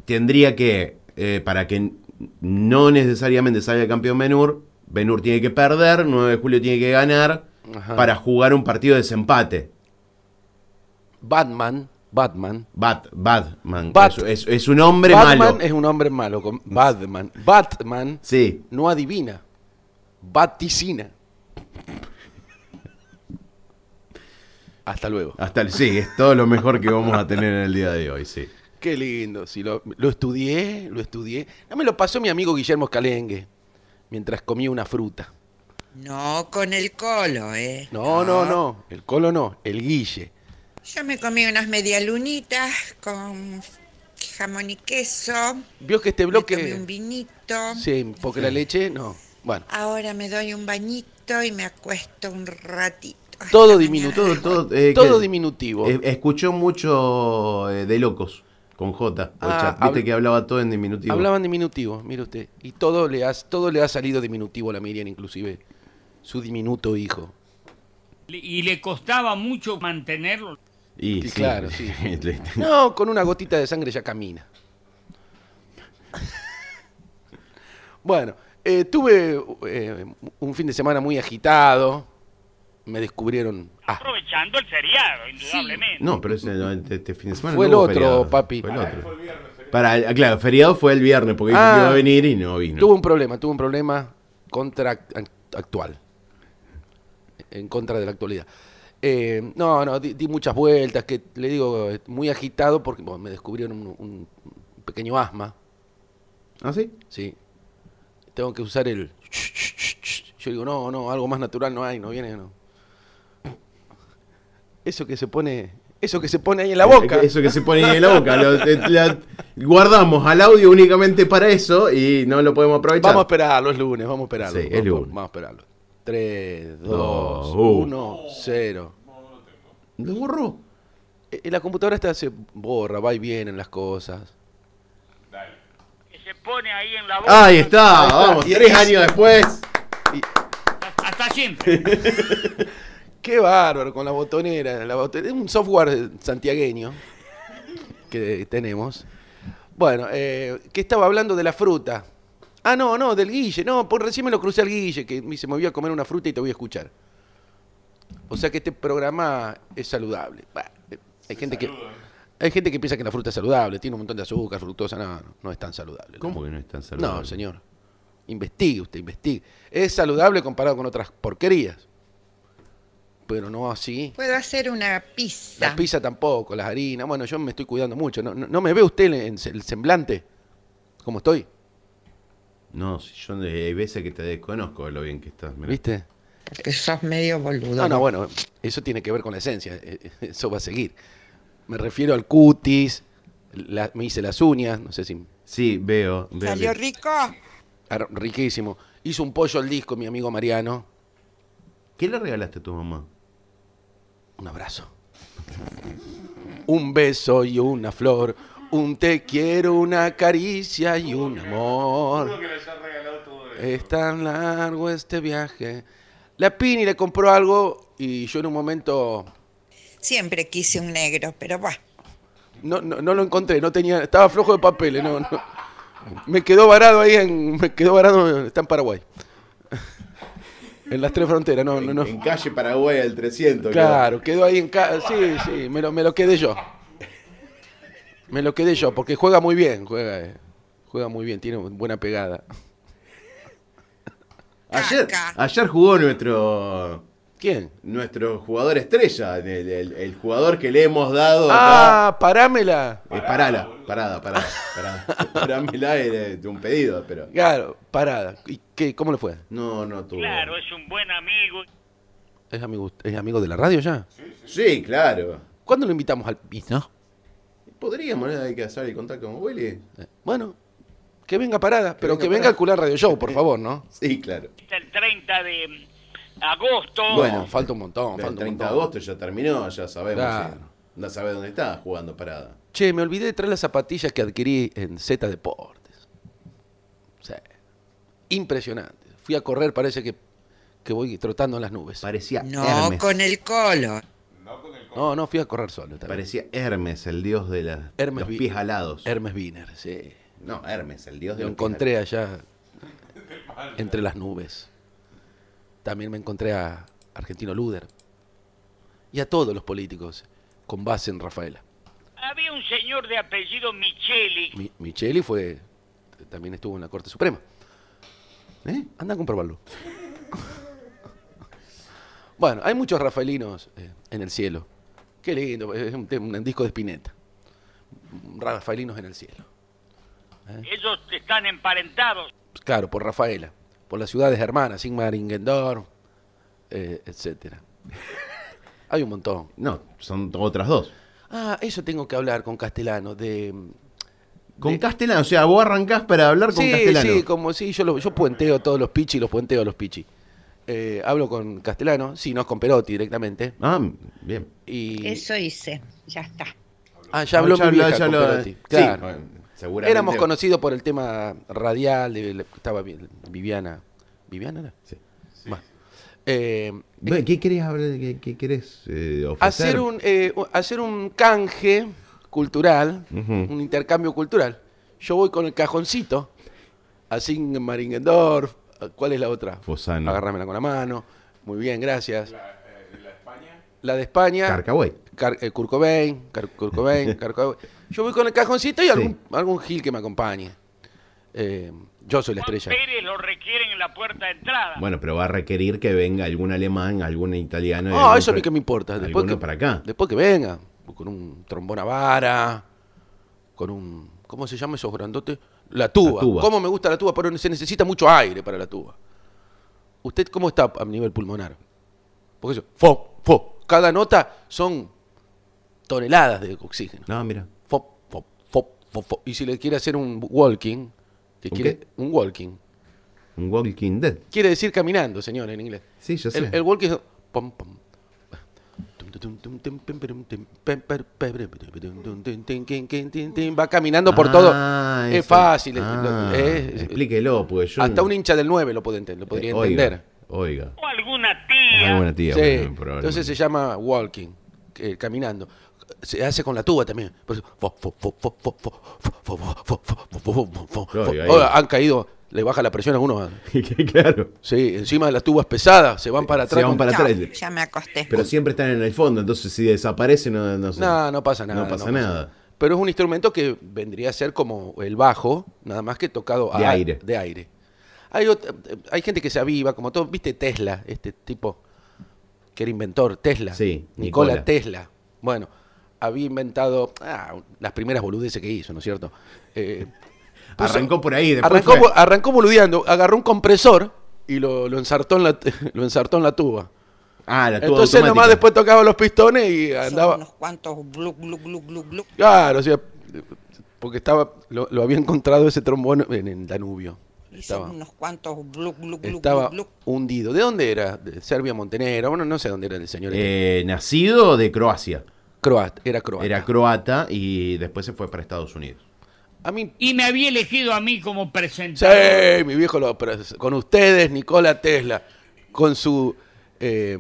[SPEAKER 3] Tendría que, eh, para que n- no necesariamente salga campeón Benur, Benur tiene que perder, 9 de julio tiene que ganar,
[SPEAKER 4] Ajá.
[SPEAKER 3] para jugar un partido de desempate.
[SPEAKER 4] Batman, Batman.
[SPEAKER 3] Bat, Batman.
[SPEAKER 4] Bat-
[SPEAKER 3] Es, es- es un hombre
[SPEAKER 4] Batman
[SPEAKER 3] malo.
[SPEAKER 4] es un hombre malo. con- Batman. Batman
[SPEAKER 3] Sí.
[SPEAKER 4] no adivina. Vaticina. Hasta luego.
[SPEAKER 3] Hasta el, sí, es todo lo mejor que vamos a tener en el día de hoy, sí.
[SPEAKER 4] Qué lindo. Si lo, lo estudié, lo estudié. No me lo pasó mi amigo Guillermo Escalengue mientras comía una fruta.
[SPEAKER 5] No con el colo, eh.
[SPEAKER 4] No, no, no. El colo no. El guille.
[SPEAKER 5] Yo me comí unas medialunitas con jamón y queso.
[SPEAKER 4] Vio que este
[SPEAKER 5] Me tomé un
[SPEAKER 4] bloque.
[SPEAKER 5] vinito.
[SPEAKER 4] Sí, porque la leche, no. Bueno.
[SPEAKER 5] Ahora me doy un bañito y me acuesto un ratito. Hasta
[SPEAKER 4] Todo
[SPEAKER 5] mañana.
[SPEAKER 4] diminuto.
[SPEAKER 3] Todo, todo, eh,
[SPEAKER 4] Todo
[SPEAKER 3] que-
[SPEAKER 4] diminutivo.
[SPEAKER 3] eh, escuchó mucho eh, de locos con J. por
[SPEAKER 4] Ah,
[SPEAKER 3] chat. Viste
[SPEAKER 4] habl-
[SPEAKER 3] que hablaba todo en diminutivo.
[SPEAKER 4] Hablaban diminutivo, mire usted. Y todo le, ha, todo le ha salido diminutivo a la Miriam, inclusive. Su diminuto hijo.
[SPEAKER 8] Y le costaba mucho mantenerlo.
[SPEAKER 3] Y,
[SPEAKER 4] Y
[SPEAKER 3] sí. Este,
[SPEAKER 4] claro, sí. No, con una gotita de sangre ya camina. Bueno, eh, tuve eh, un fin de semana muy agitado. Me descubrieron. Ah,
[SPEAKER 6] Aprovechando el feriado, indudablemente.
[SPEAKER 3] No, pero ese, no, este, este fin de semana
[SPEAKER 4] Fue
[SPEAKER 3] no hubo
[SPEAKER 4] el otro,
[SPEAKER 3] feriado.
[SPEAKER 4] papi.
[SPEAKER 3] Ah, Fue el otro. Para, ah, claro, feriado fue el viernes porque dijo
[SPEAKER 4] Ah.
[SPEAKER 3] que iba a venir y no vino.
[SPEAKER 4] tuve un problema, tuve un problema contractual. En contra de la actualidad. Eh, no, no, di, di muchas vueltas, que le digo, eh, muy agitado porque bueno, me descubrieron un- un pequeño asma.
[SPEAKER 3] ¿Ah, sí?
[SPEAKER 4] Sí. Tengo que usar el. Yo digo, no, no, algo más natural no hay, no viene, no. Eso que se pone. Eso que se pone ahí en la boca.
[SPEAKER 3] Eh, Eso que se pone ahí en la boca. lo- eh, la- guardamos al audio únicamente para eso y no lo podemos aprovechar.
[SPEAKER 4] Vamos a esperarlo, es lunes, vamos a esperarlo.
[SPEAKER 3] Sí, es
[SPEAKER 4] vamos,
[SPEAKER 3] lunes. uh.
[SPEAKER 4] Vamos a esperarlo. 3,
[SPEAKER 3] Dos,
[SPEAKER 4] 2,
[SPEAKER 3] uno.
[SPEAKER 4] 1, 0.
[SPEAKER 3] ¿Lo borró?
[SPEAKER 4] eh, la computadora esta se borra, va y vienen las cosas.
[SPEAKER 6] que se pone ahí en la boca.
[SPEAKER 3] Ahí está, vamos,
[SPEAKER 4] Y
[SPEAKER 3] tres
[SPEAKER 4] es-
[SPEAKER 3] años después.
[SPEAKER 6] Hasta siempre.
[SPEAKER 4] Qué bárbaro con la botonera. La botonera es un software santiagueño que tenemos. Bueno, eh, que estaba hablando de la fruta. Ah, no, no, del Guille. No, por recién me lo crucé al Guille, que me dice, me voy a comer una fruta y te voy a escuchar. O sea que este programa es saludable. Bah, eh, hay, gente que, hay gente que piensa que la fruta es saludable, tiene un montón de azúcar, fructosa, no, no, no es tan saludable.
[SPEAKER 3] ¿Cómo que no es tan saludable?
[SPEAKER 4] No, señor. Investigue usted, investigue. Es saludable comparado con otras porquerías. Pero no así.
[SPEAKER 5] Puedo hacer una pizza.
[SPEAKER 4] Las pizzas tampoco, las harinas. Bueno, yo me estoy cuidando mucho. ¿No, no- no me ve usted en se- el semblante? ¿Cómo estoy?
[SPEAKER 3] No, si yo eh, hay veces que te desconozco de lo bien que estás. mirá.
[SPEAKER 4] ¿Viste?
[SPEAKER 5] Porque sos medio boludo.
[SPEAKER 4] Ah, No, no, bueno, eso tiene que ver con la esencia. eh, eh, Eso va a seguir. Me refiero al cutis. la- me hice las uñas. No sé si.
[SPEAKER 3] Sí, veo. veo
[SPEAKER 5] ¿Salió
[SPEAKER 3] que-
[SPEAKER 5] rico?
[SPEAKER 4] ah, Riquísimo. Hizo un pollo al disco, mi amigo Mariano.
[SPEAKER 3] ¿Qué le regalaste a tu mamá?
[SPEAKER 4] Un abrazo. Un beso y una flor. Un te quiero, una caricia y un amor. Es tan largo este viaje. La Pini le compró algo y yo en un momento
[SPEAKER 5] Siempre quise un negro, pero va.
[SPEAKER 4] no, no, no lo encontré, no tenía, estaba flojo de papeles, no, no. Me quedó varado ahí en. Me quedó varado, está en Paraguay. En las tres fronteras, no, no, no.
[SPEAKER 3] calle Paraguay al 300.
[SPEAKER 4] Claro, quedó ahí en casa. Sí, sí, me lo, me lo quedé yo. Me lo quedé yo, porque juega muy bien, juega, eh, juega muy bien, tiene buena pegada.
[SPEAKER 3] Ayer,
[SPEAKER 5] Caca.
[SPEAKER 3] ayer jugó nuestro
[SPEAKER 4] ¿Quién?
[SPEAKER 3] nuestro jugador estrella, el, el- el jugador que le hemos dado acá.
[SPEAKER 4] Ah, parámela.
[SPEAKER 3] Eh, parala, parada, parada, parada. Parámela era de un pedido, pero.
[SPEAKER 4] Claro, parada. ¿Y qué, cómo le fue?
[SPEAKER 3] No, no tuvo.
[SPEAKER 6] Claro, es un buen amigo.
[SPEAKER 4] ¿Es amigo, ¿Es amigo de la radio ya?
[SPEAKER 3] Sí, claro.
[SPEAKER 4] ¿Cuándo lo invitamos al piso?
[SPEAKER 3] Podríamos, ¿no? hay que hacer el contacto con Willy.
[SPEAKER 4] Eh, Bueno, que venga parada, pero
[SPEAKER 3] venga
[SPEAKER 4] que venga
[SPEAKER 3] parada.
[SPEAKER 4] al cular radio show, por favor, ¿no?
[SPEAKER 3] Sí, claro.
[SPEAKER 6] El 30 de mm, agosto.
[SPEAKER 3] Bueno,
[SPEAKER 4] No, falta un montón,
[SPEAKER 3] Pero el
[SPEAKER 4] falta un
[SPEAKER 3] 30 de
[SPEAKER 4] montón.
[SPEAKER 3] agosto ya terminó, ya sabemos.
[SPEAKER 4] Claro.
[SPEAKER 3] sí. No sabe dónde está jugando parada.
[SPEAKER 4] Che, me olvidé de traer las zapatillas que adquirí en Z Deportes. O sea, impresionante. Fui a correr, parece que, que voy trotando en las nubes.
[SPEAKER 3] Parecía
[SPEAKER 5] No,
[SPEAKER 3] Hermes.
[SPEAKER 5] con el colo.
[SPEAKER 4] No, no, fui a correr solo. esta vez.
[SPEAKER 3] Parecía Hermes, el dios de las-
[SPEAKER 4] Hermes
[SPEAKER 3] los
[SPEAKER 4] Vi-
[SPEAKER 3] pies alados.
[SPEAKER 4] Hermes Wiener, sí.
[SPEAKER 3] no, Hermes, el dios de
[SPEAKER 4] Lo
[SPEAKER 3] los pies
[SPEAKER 4] encontré allá entre las nubes. También me encontré a Argentino Luder y a todos los políticos con base en Rafaela.
[SPEAKER 6] Había un señor de apellido Micheli.
[SPEAKER 4] Mi- Micheli fue, también estuvo en la Corte Suprema.
[SPEAKER 3] alados. ¿Eh?
[SPEAKER 4] Anda a comprobarlo. bueno, hay muchos rafaelinos eh, en el cielo. Qué lindo, es un, tema- un disco de Spinetta. Rafaelinos en el cielo. Eh.
[SPEAKER 6] Ellos están emparentados.
[SPEAKER 4] Claro, por Rafaela, por las ciudades hermanas, Sigmar Ingendor, eh, etcétera. hay un montón.
[SPEAKER 3] No, son otras dos.
[SPEAKER 4] Ah, eso tengo que hablar con Castellano de mm,
[SPEAKER 3] Con castellano, o sea, vos arrancás para hablar con
[SPEAKER 4] sí,
[SPEAKER 3] castellano.
[SPEAKER 4] Sí, como sí, yo, lo- yo puenteo todos los pichi, los puenteo a los pichi. Eh, hablo con Castellano, sí, no es con Perotti directamente.
[SPEAKER 3] Ah, bien.
[SPEAKER 4] Y
[SPEAKER 5] Eso hice. Ya está.
[SPEAKER 4] Ah, ya habló
[SPEAKER 3] Ya
[SPEAKER 4] mi
[SPEAKER 3] habló,
[SPEAKER 4] vieja
[SPEAKER 3] ya
[SPEAKER 4] con
[SPEAKER 3] habló.
[SPEAKER 4] Perotti.
[SPEAKER 3] Sí,
[SPEAKER 4] Claro.
[SPEAKER 3] bueno, seguramente.
[SPEAKER 4] Éramos conocidos por el tema radial, de, la- estaba vi- Viviana. ¿Viviana era?
[SPEAKER 3] Sí.
[SPEAKER 4] Bueno. Eh,
[SPEAKER 3] Ve, ¿Qué querés hablar? de- ¿Qué, qué querés eh, ofrecer?
[SPEAKER 4] hacer, un, eh, u- hacer un canje cultural,
[SPEAKER 3] Ujú.
[SPEAKER 4] un intercambio cultural. Yo voy con el cajoncito, así en Maringendorf. ¿Cuál es la otra?
[SPEAKER 3] Fosano.
[SPEAKER 4] Agárramela con la mano. Muy bien, gracias. ¿La, de España?
[SPEAKER 3] Carcahuey.
[SPEAKER 4] Car eh, Kurt Cobain, Car- Kurt Cobain, Car- Cobain. Yo voy con el cajoncito y
[SPEAKER 3] Sí.
[SPEAKER 4] algún, algún gil que me acompañe. Eh, yo soy la
[SPEAKER 6] Juan
[SPEAKER 4] estrella.
[SPEAKER 6] Pérez lo requieren en la puerta de entrada.
[SPEAKER 3] Bueno, pero va a requerir que venga algún alemán, algún italiano. y
[SPEAKER 4] No,
[SPEAKER 3] algún
[SPEAKER 4] Ah, eso a mí
[SPEAKER 3] fran-
[SPEAKER 4] que me importa. Después
[SPEAKER 3] alguno
[SPEAKER 4] que,
[SPEAKER 3] para acá.
[SPEAKER 4] Después que venga, con un trombón a vara, con un... ¿Cómo se llama esos grandotes? La tuba.
[SPEAKER 3] La tuba.
[SPEAKER 4] ¿Cómo me gusta la tuba? Pero se necesita mucho aire para la tuba. ¿Usted cómo está a nivel pulmonar? Porque eso, fo, fo. Cada nota son toneladas de oxígeno.
[SPEAKER 3] No, mira.
[SPEAKER 4] Fop, fop, fop, fop, fop. Y si le quiere hacer un walking, que
[SPEAKER 3] ¿Un
[SPEAKER 4] quiere,
[SPEAKER 3] qué?
[SPEAKER 4] un walking,
[SPEAKER 3] Un Walking Dead.
[SPEAKER 4] quiere decir caminando, señor, en inglés.
[SPEAKER 3] Sí, yo sé.
[SPEAKER 4] El, el walking es pom, pom. Tum, Va caminando por todo.
[SPEAKER 3] Ah,
[SPEAKER 4] Es
[SPEAKER 3] eso.
[SPEAKER 4] fácil. es-
[SPEAKER 3] Ah,
[SPEAKER 4] lo- es-
[SPEAKER 3] explíquelo, porque yo.
[SPEAKER 4] hasta un hincha del 9 lo, puede ente- lo podría
[SPEAKER 3] Eh,
[SPEAKER 4] entender.
[SPEAKER 3] Oiga. oiga.
[SPEAKER 6] O alguna tía.
[SPEAKER 3] Alguna tía,
[SPEAKER 4] Sí,
[SPEAKER 3] por ejemplo,
[SPEAKER 4] Entonces
[SPEAKER 3] probablemente.
[SPEAKER 4] se llama walking, que- caminando. Se hace con la tuba también. Por eso, fo, fo, fo, fo, fo, fo, fo, fo, fo, fo, fo, fo, fo, fo, fo.
[SPEAKER 3] Claro, y ahí-
[SPEAKER 4] Oh, Han caído, le baja la presión a uno.
[SPEAKER 3] claro.
[SPEAKER 4] Sí, encima de las tubas pesadas, se van para
[SPEAKER 3] Se
[SPEAKER 4] atrás.
[SPEAKER 3] van
[SPEAKER 4] con-
[SPEAKER 3] para
[SPEAKER 5] Chao,
[SPEAKER 3] atrás.
[SPEAKER 5] ya me acosté.
[SPEAKER 3] Pero siempre están en el fondo, entonces si desaparece no, no, se-
[SPEAKER 4] No, no pasa nada.
[SPEAKER 3] no pasa nada.
[SPEAKER 4] Pero es un instrumento que vendría a ser como el bajo, nada más que tocado a-
[SPEAKER 3] De aire.
[SPEAKER 4] De aire. Hay, ot- eh, hay gente que se aviva, como todo. ¿Viste Tesla? Este tipo que era inventor, Tesla.
[SPEAKER 3] Sí,
[SPEAKER 4] Nikola,
[SPEAKER 3] Nikola.
[SPEAKER 4] Tesla. Bueno, había inventado ah, las primeras boludeces que hizo, ¿no es cierto? Eh, puso-
[SPEAKER 3] Arrancó por ahí, después
[SPEAKER 4] arrancó,
[SPEAKER 3] fue-
[SPEAKER 4] bo- arrancó boludeando, agarró un compresor y lo, lo ensartó en la, lo ensartó en la tuba.
[SPEAKER 3] Ah, la tuba
[SPEAKER 4] Entonces
[SPEAKER 3] automática.
[SPEAKER 4] nomás después tocaba los pistones y
[SPEAKER 5] Son
[SPEAKER 4] andaba...
[SPEAKER 5] unos cuantos glu, glu, glu, glu, glu.
[SPEAKER 4] Claro, o sea, porque estaba, lo, lo había encontrado ese trombón en el Danubio.
[SPEAKER 5] Y
[SPEAKER 4] Estaba,
[SPEAKER 5] son unos cuantos glu, glu, glu,
[SPEAKER 4] estaba
[SPEAKER 5] glu, glu.
[SPEAKER 4] hundido. ¿De dónde era? De Serbia, Montenegro. Bueno, no sé dónde era el señor. este.
[SPEAKER 3] Eh, nacido de Croacia.
[SPEAKER 4] Croat, era croata.
[SPEAKER 3] Era croata y después se fue para Estados Unidos.
[SPEAKER 4] a mí,
[SPEAKER 8] Y me había elegido a mí como
[SPEAKER 4] sí,
[SPEAKER 8] presentador.
[SPEAKER 4] mi viejo, lo, pero es- con ustedes, Nikola Tesla, con su, eh,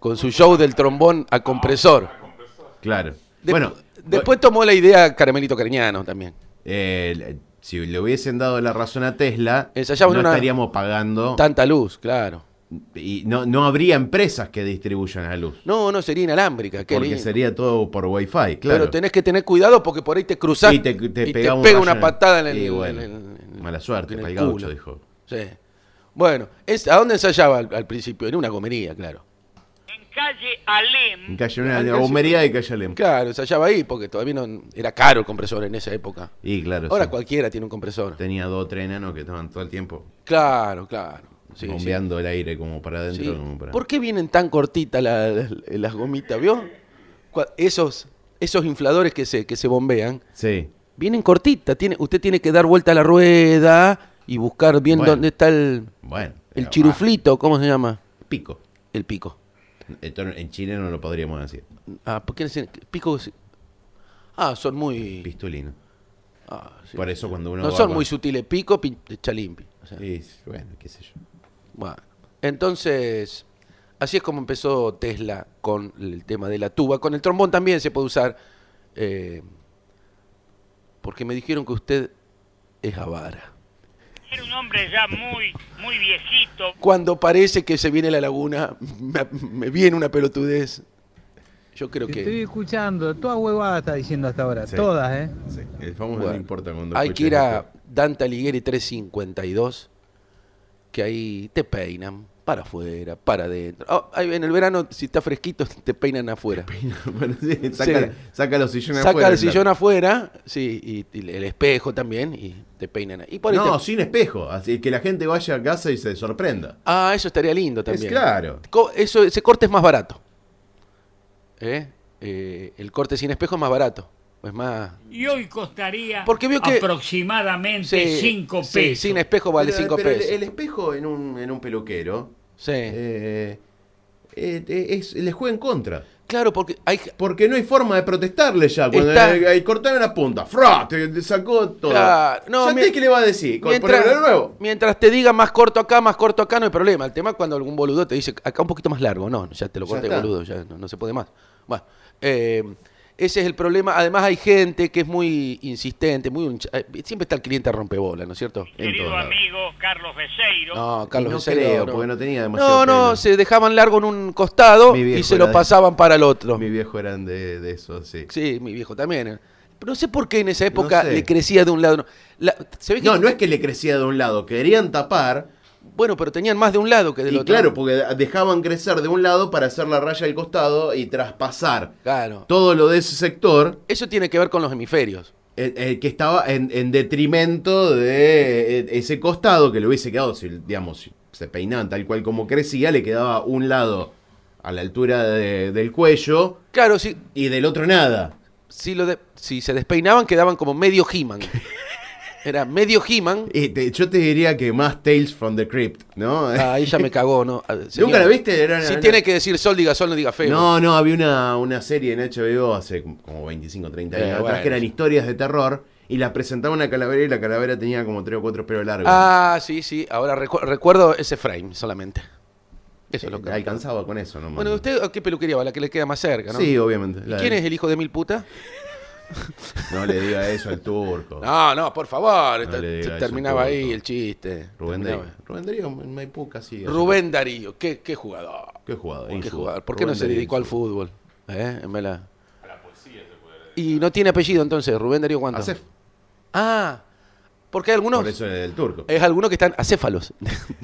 [SPEAKER 4] con su show del trombón a compresor.
[SPEAKER 3] Claro.
[SPEAKER 4] Dep-
[SPEAKER 3] bueno,
[SPEAKER 4] después tomó la idea Caramelito Cariñano también.
[SPEAKER 3] eh, si le hubiesen dado la razón a Tesla,
[SPEAKER 4] Ensayaba en
[SPEAKER 3] no
[SPEAKER 4] una-
[SPEAKER 3] estaríamos pagando
[SPEAKER 4] Tanta luz, claro.
[SPEAKER 3] y no, no habría empresas que distribuyan la luz.
[SPEAKER 4] No, no, sería inalámbrica. qué
[SPEAKER 3] Porque
[SPEAKER 4] lindo.
[SPEAKER 3] sería todo por wifi, claro.
[SPEAKER 4] Pero tenés que tener cuidado porque por ahí te cruzás
[SPEAKER 3] Y te- te pega un rayo en
[SPEAKER 4] una
[SPEAKER 3] el-
[SPEAKER 4] patada en el,
[SPEAKER 3] y bueno,
[SPEAKER 4] en el- en el-
[SPEAKER 3] mala suerte
[SPEAKER 4] en
[SPEAKER 3] para el
[SPEAKER 4] culo.
[SPEAKER 3] gaucho, dijo.
[SPEAKER 4] Sí. Bueno, es, ¿a dónde ensayaba al, al principio? En una gomería, claro.
[SPEAKER 6] En calle Alem.
[SPEAKER 3] En calle una una gomería y calle Alem.
[SPEAKER 4] Claro, ensayaba ahí porque todavía no era caro el compresor en esa época.
[SPEAKER 3] Y claro,
[SPEAKER 4] Ahora
[SPEAKER 3] sí.
[SPEAKER 4] cualquiera tiene un compresor.
[SPEAKER 3] tenía dos o tres enanos que estaban todo el tiempo
[SPEAKER 4] Claro, claro. Sí, sí,
[SPEAKER 3] bombeando el aire como para
[SPEAKER 4] sí.
[SPEAKER 3] adentro. como para-
[SPEAKER 4] ¿Por qué vienen tan cortitas la- la- las gomitas, vio? Cua- Esos, esos infladores que se, que se bombean
[SPEAKER 3] Sí.
[SPEAKER 4] vienen cortitas. Tiene, usted tiene que dar vuelta a la rueda y buscar bien
[SPEAKER 3] Bueno.
[SPEAKER 4] dónde está el...
[SPEAKER 3] Bueno.
[SPEAKER 4] El
[SPEAKER 3] pero,
[SPEAKER 4] chiruflito, ¿cómo se llama?
[SPEAKER 3] ah, pico.
[SPEAKER 4] El pico.
[SPEAKER 3] Esto no- en Chile no lo podríamos decir.
[SPEAKER 4] Ah, ¿por qué dicen pico? es- Ah, son muy.
[SPEAKER 3] Pistulino.
[SPEAKER 4] ah, sí.
[SPEAKER 3] Por eso cuando uno
[SPEAKER 4] No
[SPEAKER 3] va
[SPEAKER 4] son
[SPEAKER 3] con-
[SPEAKER 4] muy sutiles. Pico, pi- chalimpi. O sea,
[SPEAKER 3] Y, bueno, qué sé yo.
[SPEAKER 4] bueno. Entonces, así es como empezó Tesla con el tema de la tuba. Con el trombón también se puede usar. eh, porque me dijeron que usted es avara.
[SPEAKER 6] Era un hombre ya muy, muy viejito.
[SPEAKER 4] Cuando parece que se viene la laguna, me, me viene una pelotudez. Yo creo
[SPEAKER 7] Te
[SPEAKER 4] que.
[SPEAKER 7] Estoy escuchando, toda huevada está diciendo hasta ahora,
[SPEAKER 3] Sí.
[SPEAKER 7] todas, ¿eh?
[SPEAKER 3] Sí, el famoso no
[SPEAKER 4] Bueno,
[SPEAKER 3] importa cuando
[SPEAKER 4] Hay que
[SPEAKER 3] escuches
[SPEAKER 4] ir a
[SPEAKER 3] esto.
[SPEAKER 4] Dante Alighieri 352, que ahí te peinan para afuera, para adentro. Ah, ahí en el verano, si está fresquito, te peinan afuera.
[SPEAKER 3] Bueno, sí, saca,
[SPEAKER 4] Sí.
[SPEAKER 3] saca los sillones
[SPEAKER 4] Saca
[SPEAKER 3] afuera,
[SPEAKER 4] el sillón
[SPEAKER 3] claro.
[SPEAKER 4] afuera, sí, y, y el espejo también, y te peinan. ahí. Y por ahí
[SPEAKER 3] No,
[SPEAKER 4] te-
[SPEAKER 3] sin espejo. Así que la gente vaya a casa y se sorprenda.
[SPEAKER 4] Ah, eso estaría lindo también.
[SPEAKER 3] claro.
[SPEAKER 4] Co- Eso, ese corte es más barato. ¿Eh? Eh, el corte sin espejo es más barato. Es más.
[SPEAKER 8] Y hoy costaría
[SPEAKER 4] Porque vio que-
[SPEAKER 8] aproximadamente
[SPEAKER 4] Sí,
[SPEAKER 8] 5
[SPEAKER 4] sí,
[SPEAKER 8] pesos.
[SPEAKER 4] sin espejo vale
[SPEAKER 3] Pero-
[SPEAKER 4] 5
[SPEAKER 3] pero el-
[SPEAKER 4] pesos.
[SPEAKER 3] El, espejo en un, en un peluquero
[SPEAKER 4] Sí.
[SPEAKER 3] eh, eh, eh, es- les juega en contra.
[SPEAKER 4] Claro, porque hay,
[SPEAKER 3] Porque no hay forma de protestarle ya. Cuando
[SPEAKER 4] Está-
[SPEAKER 3] eh, eh, cortaron la punta, ¡fra! Te, te sacó todo.
[SPEAKER 4] Claro, no,
[SPEAKER 3] ¿Ya
[SPEAKER 4] mi-
[SPEAKER 3] te- qué le va a decir? ¿Con-
[SPEAKER 4] Mientras,
[SPEAKER 3] ponerlo de nuevo?
[SPEAKER 4] mientras te diga más corto acá, más corto acá, no hay problema. El tema es cuando algún boludo te dice acá un poquito más largo. No, ya te lo
[SPEAKER 3] Ya
[SPEAKER 4] corté,
[SPEAKER 3] está.
[SPEAKER 4] boludo, ya no, no se puede más. Bueno, eh, ese es el problema. Además, hay gente que es muy insistente, muy hincha- eh, siempre está el cliente rompebola, ¿no es cierto?
[SPEAKER 3] En todos
[SPEAKER 6] Querido
[SPEAKER 3] lados.
[SPEAKER 6] amigo Carlos Beseiro.
[SPEAKER 4] No,
[SPEAKER 3] Y
[SPEAKER 4] Carlos,
[SPEAKER 3] no
[SPEAKER 4] en serio,
[SPEAKER 3] creo, porque no tenía
[SPEAKER 4] No,
[SPEAKER 3] demasiado
[SPEAKER 4] no,
[SPEAKER 3] pelo.
[SPEAKER 4] se dejaban largo en un costado
[SPEAKER 3] Mi viejo
[SPEAKER 4] y se
[SPEAKER 3] era
[SPEAKER 4] lo
[SPEAKER 3] de-
[SPEAKER 4] pasaban para el otro.
[SPEAKER 3] Mi viejo eran de, de eso, sí.
[SPEAKER 4] Sí, mi viejo también. eh. Pero no sé por qué en esa época
[SPEAKER 3] sé.
[SPEAKER 4] le crecía de un lado. La- ¿se ve que-
[SPEAKER 3] No, no es que le crecía de un lado, querían tapar.
[SPEAKER 4] Bueno, pero tenían más de un lado que del
[SPEAKER 3] Y
[SPEAKER 4] otro.
[SPEAKER 3] claro, porque dejaban crecer de un lado para hacer la raya del costado y traspasar
[SPEAKER 4] Claro.
[SPEAKER 3] todo lo de ese sector
[SPEAKER 4] Eso tiene que ver con los hemisferios.
[SPEAKER 3] eh, eh, que estaba en, en detrimento de eh, ese costado que le hubiese quedado, si, digamos, si se peinaban tal cual como crecía, le quedaba un lado a la altura de- del cuello
[SPEAKER 4] Claro, si,
[SPEAKER 3] y del otro nada.
[SPEAKER 4] si, lo de- si se despeinaban quedaban como medio He-Man. Era medio He-Man.
[SPEAKER 3] Y te- yo te diría que más Tales from the Crypt, ¿no?
[SPEAKER 4] Ah, ahí ya me cagó, ¿no? Ah, señor.
[SPEAKER 3] ¿Nunca la viste? Era una-
[SPEAKER 4] Si
[SPEAKER 3] una-
[SPEAKER 4] tiene que decir sol, diga sol, no diga feo.
[SPEAKER 3] No, no, había una, una serie en HBO hace como 25, 30 años
[SPEAKER 4] Eh,
[SPEAKER 3] atrás
[SPEAKER 4] bueno.
[SPEAKER 3] que eran historias de terror y la presentaba una calavera y la calavera tenía como tres o cuatro pelos largos.
[SPEAKER 4] Ah, sí, sí. Ahora recu- recuerdo ese frame solamente. Eso es lo que.
[SPEAKER 3] Eh, Alcanzaba con eso nomás.
[SPEAKER 4] Bueno, ¿usted a qué peluquería va? La que le queda más cerca, ¿no?
[SPEAKER 3] Sí, obviamente.
[SPEAKER 4] ¿Y
[SPEAKER 3] La-
[SPEAKER 4] quién es el hijo de mil puta?
[SPEAKER 3] No le diga eso al turco.
[SPEAKER 4] No, no, por favor.
[SPEAKER 3] No le
[SPEAKER 4] te-
[SPEAKER 3] diga
[SPEAKER 4] te-
[SPEAKER 3] eso,
[SPEAKER 4] terminaba
[SPEAKER 3] turco.
[SPEAKER 4] ahí el chiste.
[SPEAKER 3] Rubén
[SPEAKER 4] Terminaba.
[SPEAKER 3] Darío. Rubén Darío en Maipú casi.
[SPEAKER 4] Rubén Darío, qué, qué jugador.
[SPEAKER 3] Qué jugador.
[SPEAKER 4] qué
[SPEAKER 3] insubo.
[SPEAKER 4] jugador. ¿Por qué
[SPEAKER 3] Rubén
[SPEAKER 4] no se
[SPEAKER 3] Darío
[SPEAKER 4] dedicó al
[SPEAKER 3] insubo.
[SPEAKER 4] fútbol? ¿Eh? En vela. Y no tiene apellido entonces, Rubén Darío ¿cuánto?
[SPEAKER 3] Acef-
[SPEAKER 4] Ah, porque hay algunos.
[SPEAKER 3] Por eso es del turco.
[SPEAKER 4] Es algunos que están acéfalos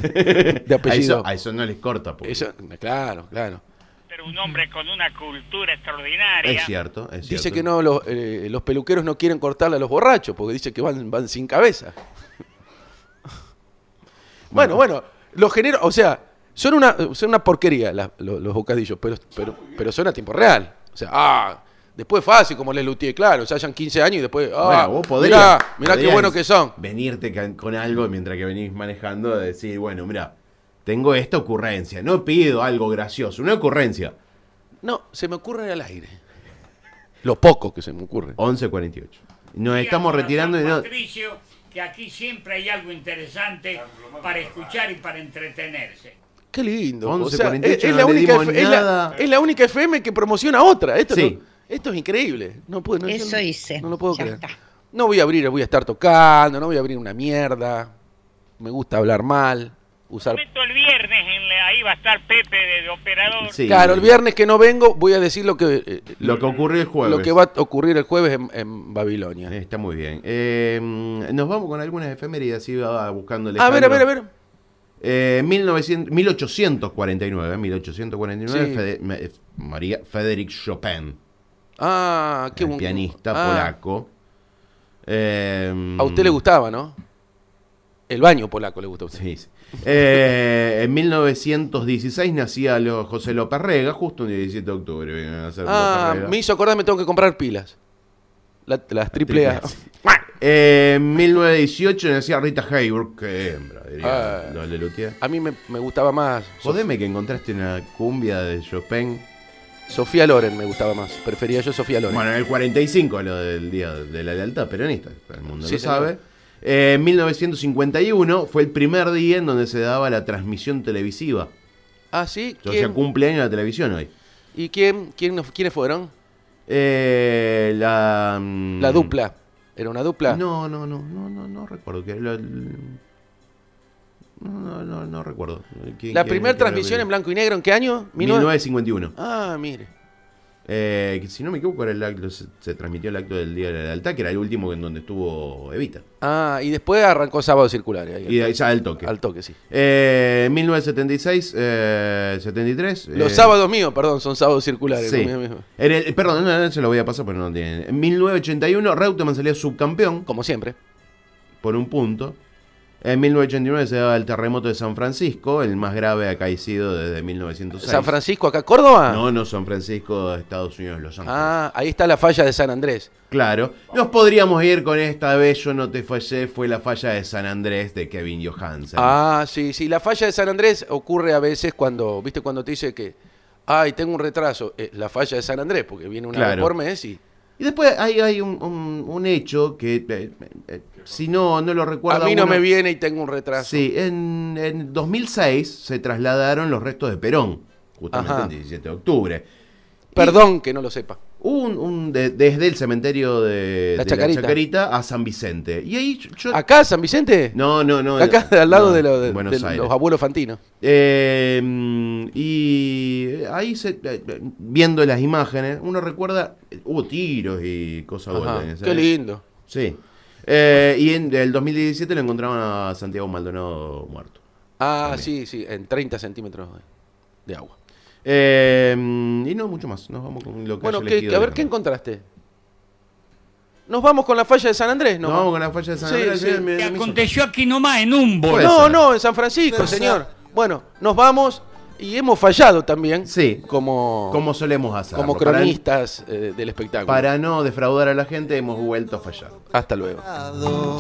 [SPEAKER 4] Eh, de
[SPEAKER 3] A
[SPEAKER 4] apellido.
[SPEAKER 3] eso, a eso no les corta. porque-
[SPEAKER 4] Eso- claro, claro.
[SPEAKER 6] Pero un hombre con una cultura extraordinaria.
[SPEAKER 3] Es cierto, es cierto.
[SPEAKER 4] Dice que no, los, eh, los peluqueros no quieren cortarle a los borrachos porque dice que van, van sin cabeza. bueno, bueno, los géneros, o sea, son una, son una porquería la- lo- los bocadillos, pero, pero, pero son a tiempo real. O sea, ah, después fácil, como les lutié, claro, o sea, hayan 15 años y después, ah,
[SPEAKER 3] Bueno, vos podrías.
[SPEAKER 4] mirá, mirá qué
[SPEAKER 3] podrías
[SPEAKER 4] bueno que son.
[SPEAKER 3] Venirte can- con algo mientras que venís manejando, de decir, bueno, mira, tengo esta ocurrencia. No pido algo gracioso, una ocurrencia.
[SPEAKER 4] No, se me ocurre al aire. Lo poco que se me ocurre.
[SPEAKER 3] 11.48. Nos estamos
[SPEAKER 6] Días para
[SPEAKER 3] retirando y
[SPEAKER 6] San
[SPEAKER 3] no.
[SPEAKER 6] Patricio, que aquí siempre hay algo interesante para escuchar y para entretenerse.
[SPEAKER 4] Qué lindo.
[SPEAKER 3] 11,
[SPEAKER 4] o sea,
[SPEAKER 3] 48,
[SPEAKER 4] es, es
[SPEAKER 3] no
[SPEAKER 4] la
[SPEAKER 3] le
[SPEAKER 4] única
[SPEAKER 3] dimos
[SPEAKER 4] F- es, la,
[SPEAKER 3] nada.
[SPEAKER 4] es la única FM que promociona otra. Esto,
[SPEAKER 3] Sí.
[SPEAKER 4] no- esto es increíble. No puedo, no, yo
[SPEAKER 5] Eso
[SPEAKER 4] no-
[SPEAKER 5] hice.
[SPEAKER 4] No lo puedo
[SPEAKER 5] Ya
[SPEAKER 4] creer.
[SPEAKER 5] está.
[SPEAKER 4] No voy a abrir, voy a estar tocando, no voy a abrir una mierda. Me gusta hablar mal, usar...
[SPEAKER 6] Prometo el viernes, en la- ahí va a estar Pepe de, de operador.
[SPEAKER 3] Sí,
[SPEAKER 4] claro, el viernes que no vengo voy a decir lo que, eh,
[SPEAKER 3] Lo que ocurrió el jueves.
[SPEAKER 4] lo que va a ocurrir el jueves en, en Babilonia.
[SPEAKER 3] Está muy bien. Eh, nos vamos con algunas efemérides, así va buscando
[SPEAKER 4] a ver, a ver, a ver.
[SPEAKER 3] Eh, 1900 1849, 1849,
[SPEAKER 4] Sí.
[SPEAKER 3] Fede- me- eh, María Federic Chopin,
[SPEAKER 4] Ah, qué
[SPEAKER 3] el
[SPEAKER 4] buen-
[SPEAKER 3] pianista
[SPEAKER 4] Ah,
[SPEAKER 3] polaco. Eh,
[SPEAKER 4] A usted le gustaba, ¿no? El baño polaco le gusta a usted.
[SPEAKER 3] Sí, sí. Eh, en 1916 nacía lo- José López Rega, justo un 17 de octubre. viene a nacer
[SPEAKER 4] Ah,
[SPEAKER 3] López Rega.
[SPEAKER 4] me hizo acordar, me tengo que comprar pilas. La- las triple A.
[SPEAKER 3] Eh, En 1918 nacía Rita Hayworth, que hembra, diría
[SPEAKER 4] Ah.
[SPEAKER 3] Don Lelutier.
[SPEAKER 4] A mí me, me gustaba más. Sof-
[SPEAKER 3] Jodeme que encontraste una cumbia de Chopin.
[SPEAKER 4] Sofía Loren me gustaba más. Prefería yo Sofía Loren.
[SPEAKER 3] Bueno, en el 45 lo del Día de la Lealtad Peronista, todo el mundo
[SPEAKER 4] Sí,
[SPEAKER 3] lo
[SPEAKER 4] señor.
[SPEAKER 3] sabe. Eh, En 1951 fue el primer día en donde se daba la transmisión televisiva.
[SPEAKER 4] ah, sí.
[SPEAKER 3] O sea,
[SPEAKER 4] ¿Quién?
[SPEAKER 3] cumpleaños de la televisión hoy.
[SPEAKER 4] ¿Y quién, quién nos- quiénes fueron?
[SPEAKER 3] Eh, la,
[SPEAKER 4] La dupla. ¿Era una dupla?
[SPEAKER 3] Mm. No, no, no, no, no, no recuerdo. Que la- no, no, no, no recuerdo. ¿Quién-
[SPEAKER 4] ¿La
[SPEAKER 3] quién-
[SPEAKER 4] primera
[SPEAKER 3] quién
[SPEAKER 4] transmisión
[SPEAKER 3] era?
[SPEAKER 4] en blanco y negro en qué año? 19-
[SPEAKER 3] 1951.
[SPEAKER 4] Ah, mire.
[SPEAKER 3] Eh, que si no me equivoco, era el acto, se, se transmitió el acto del Día de la Lealtad, que era el último en donde estuvo Evita.
[SPEAKER 4] Ah, y después arrancó Sábado Circular. ahí,
[SPEAKER 3] Y ahí ya al toque.
[SPEAKER 4] Al toque, sí.
[SPEAKER 3] Eh, en 1976, eh, 73.
[SPEAKER 4] Los
[SPEAKER 3] eh,
[SPEAKER 4] sábados míos, perdón, son sábados circulares.
[SPEAKER 3] Sí.
[SPEAKER 4] no míos.
[SPEAKER 3] En el- perdón, no, no, se lo voy a pasar, pero no tiene. En 1981, Reutemann salía subcampeón
[SPEAKER 4] Como siempre.
[SPEAKER 3] por un punto. En 1989 se daba el terremoto de San Francisco, el más grave acaecido desde 1906.
[SPEAKER 4] San Francisco, acá, Córdoba.
[SPEAKER 3] No, no San Francisco, Estados Unidos, Los Ángeles.
[SPEAKER 4] Ah, ahí está la falla de San Andrés.
[SPEAKER 3] Claro. Nos podríamos ir con esta vez, yo no te fallé, fue la falla de San Andrés de Kevin Johansen.
[SPEAKER 4] Ah, sí, sí. La falla de San Andrés ocurre a veces cuando, viste, cuando te dice que, ay, tengo un retraso. Eh, la falla de San Andrés, porque viene una vez
[SPEAKER 3] Claro.
[SPEAKER 4] por mes y
[SPEAKER 3] Y después hay, hay un, un- un hecho que, eh, eh, si no, no lo
[SPEAKER 4] a
[SPEAKER 3] recuerdo.
[SPEAKER 4] mí no me viene y tengo un retraso.
[SPEAKER 3] Sí, en, en 2006 se trasladaron los restos de Perón, justamente
[SPEAKER 4] Ajá.
[SPEAKER 3] el 17 de octubre.
[SPEAKER 4] Perdón que no lo sepa.
[SPEAKER 3] Hubo Un, un de- desde el cementerio de
[SPEAKER 4] La
[SPEAKER 3] de
[SPEAKER 4] Chacarita.
[SPEAKER 3] Chacarita a San Vicente. Y ahí yo- yo.
[SPEAKER 4] ¿Acá, San Vicente?
[SPEAKER 3] no, no, no.
[SPEAKER 4] Acá, al lado
[SPEAKER 3] no,
[SPEAKER 4] de, lo- de-
[SPEAKER 3] Buenos
[SPEAKER 4] de
[SPEAKER 3] Aires.
[SPEAKER 4] los abuelos Fantino.
[SPEAKER 3] Eh, mm, y ahí se, eh, eh, viendo las imágenes, uno recuerda, eh, hubo tiros y cosas
[SPEAKER 4] Ajá,
[SPEAKER 3] buenas.
[SPEAKER 4] Qué lindo.
[SPEAKER 3] Sí. Eh, y en el 2017 lo encontraban a Santiago Maldonado muerto.
[SPEAKER 4] Ah, sí, sí, en 30 centímetros de, de agua.
[SPEAKER 3] Eh, y no mucho más. Nos vamos con lo que
[SPEAKER 4] bueno,
[SPEAKER 3] haya
[SPEAKER 4] que,
[SPEAKER 3] elegido
[SPEAKER 4] que a ver,
[SPEAKER 3] Leonardo.
[SPEAKER 4] ¿qué encontraste? ¿Nos vamos con la falla de San Andrés?
[SPEAKER 3] Nos vamos con la falla de San
[SPEAKER 4] Sí,
[SPEAKER 3] Andrés.
[SPEAKER 4] sí.
[SPEAKER 3] eh, me-
[SPEAKER 6] Que
[SPEAKER 3] me hizo-
[SPEAKER 6] aconteció aquí nomás en un bol.
[SPEAKER 3] Puede
[SPEAKER 4] No,
[SPEAKER 3] ser.
[SPEAKER 4] no, en San Francisco, señor. Bueno, nos vamos y hemos fallado también.
[SPEAKER 3] Sí.
[SPEAKER 4] Como,
[SPEAKER 3] Como solemos hacer.
[SPEAKER 4] como cronistas eh, del espectáculo.
[SPEAKER 3] Para, para no defraudar a la gente, hemos vuelto a fallar.
[SPEAKER 4] Hasta luego.
[SPEAKER 2] Lado.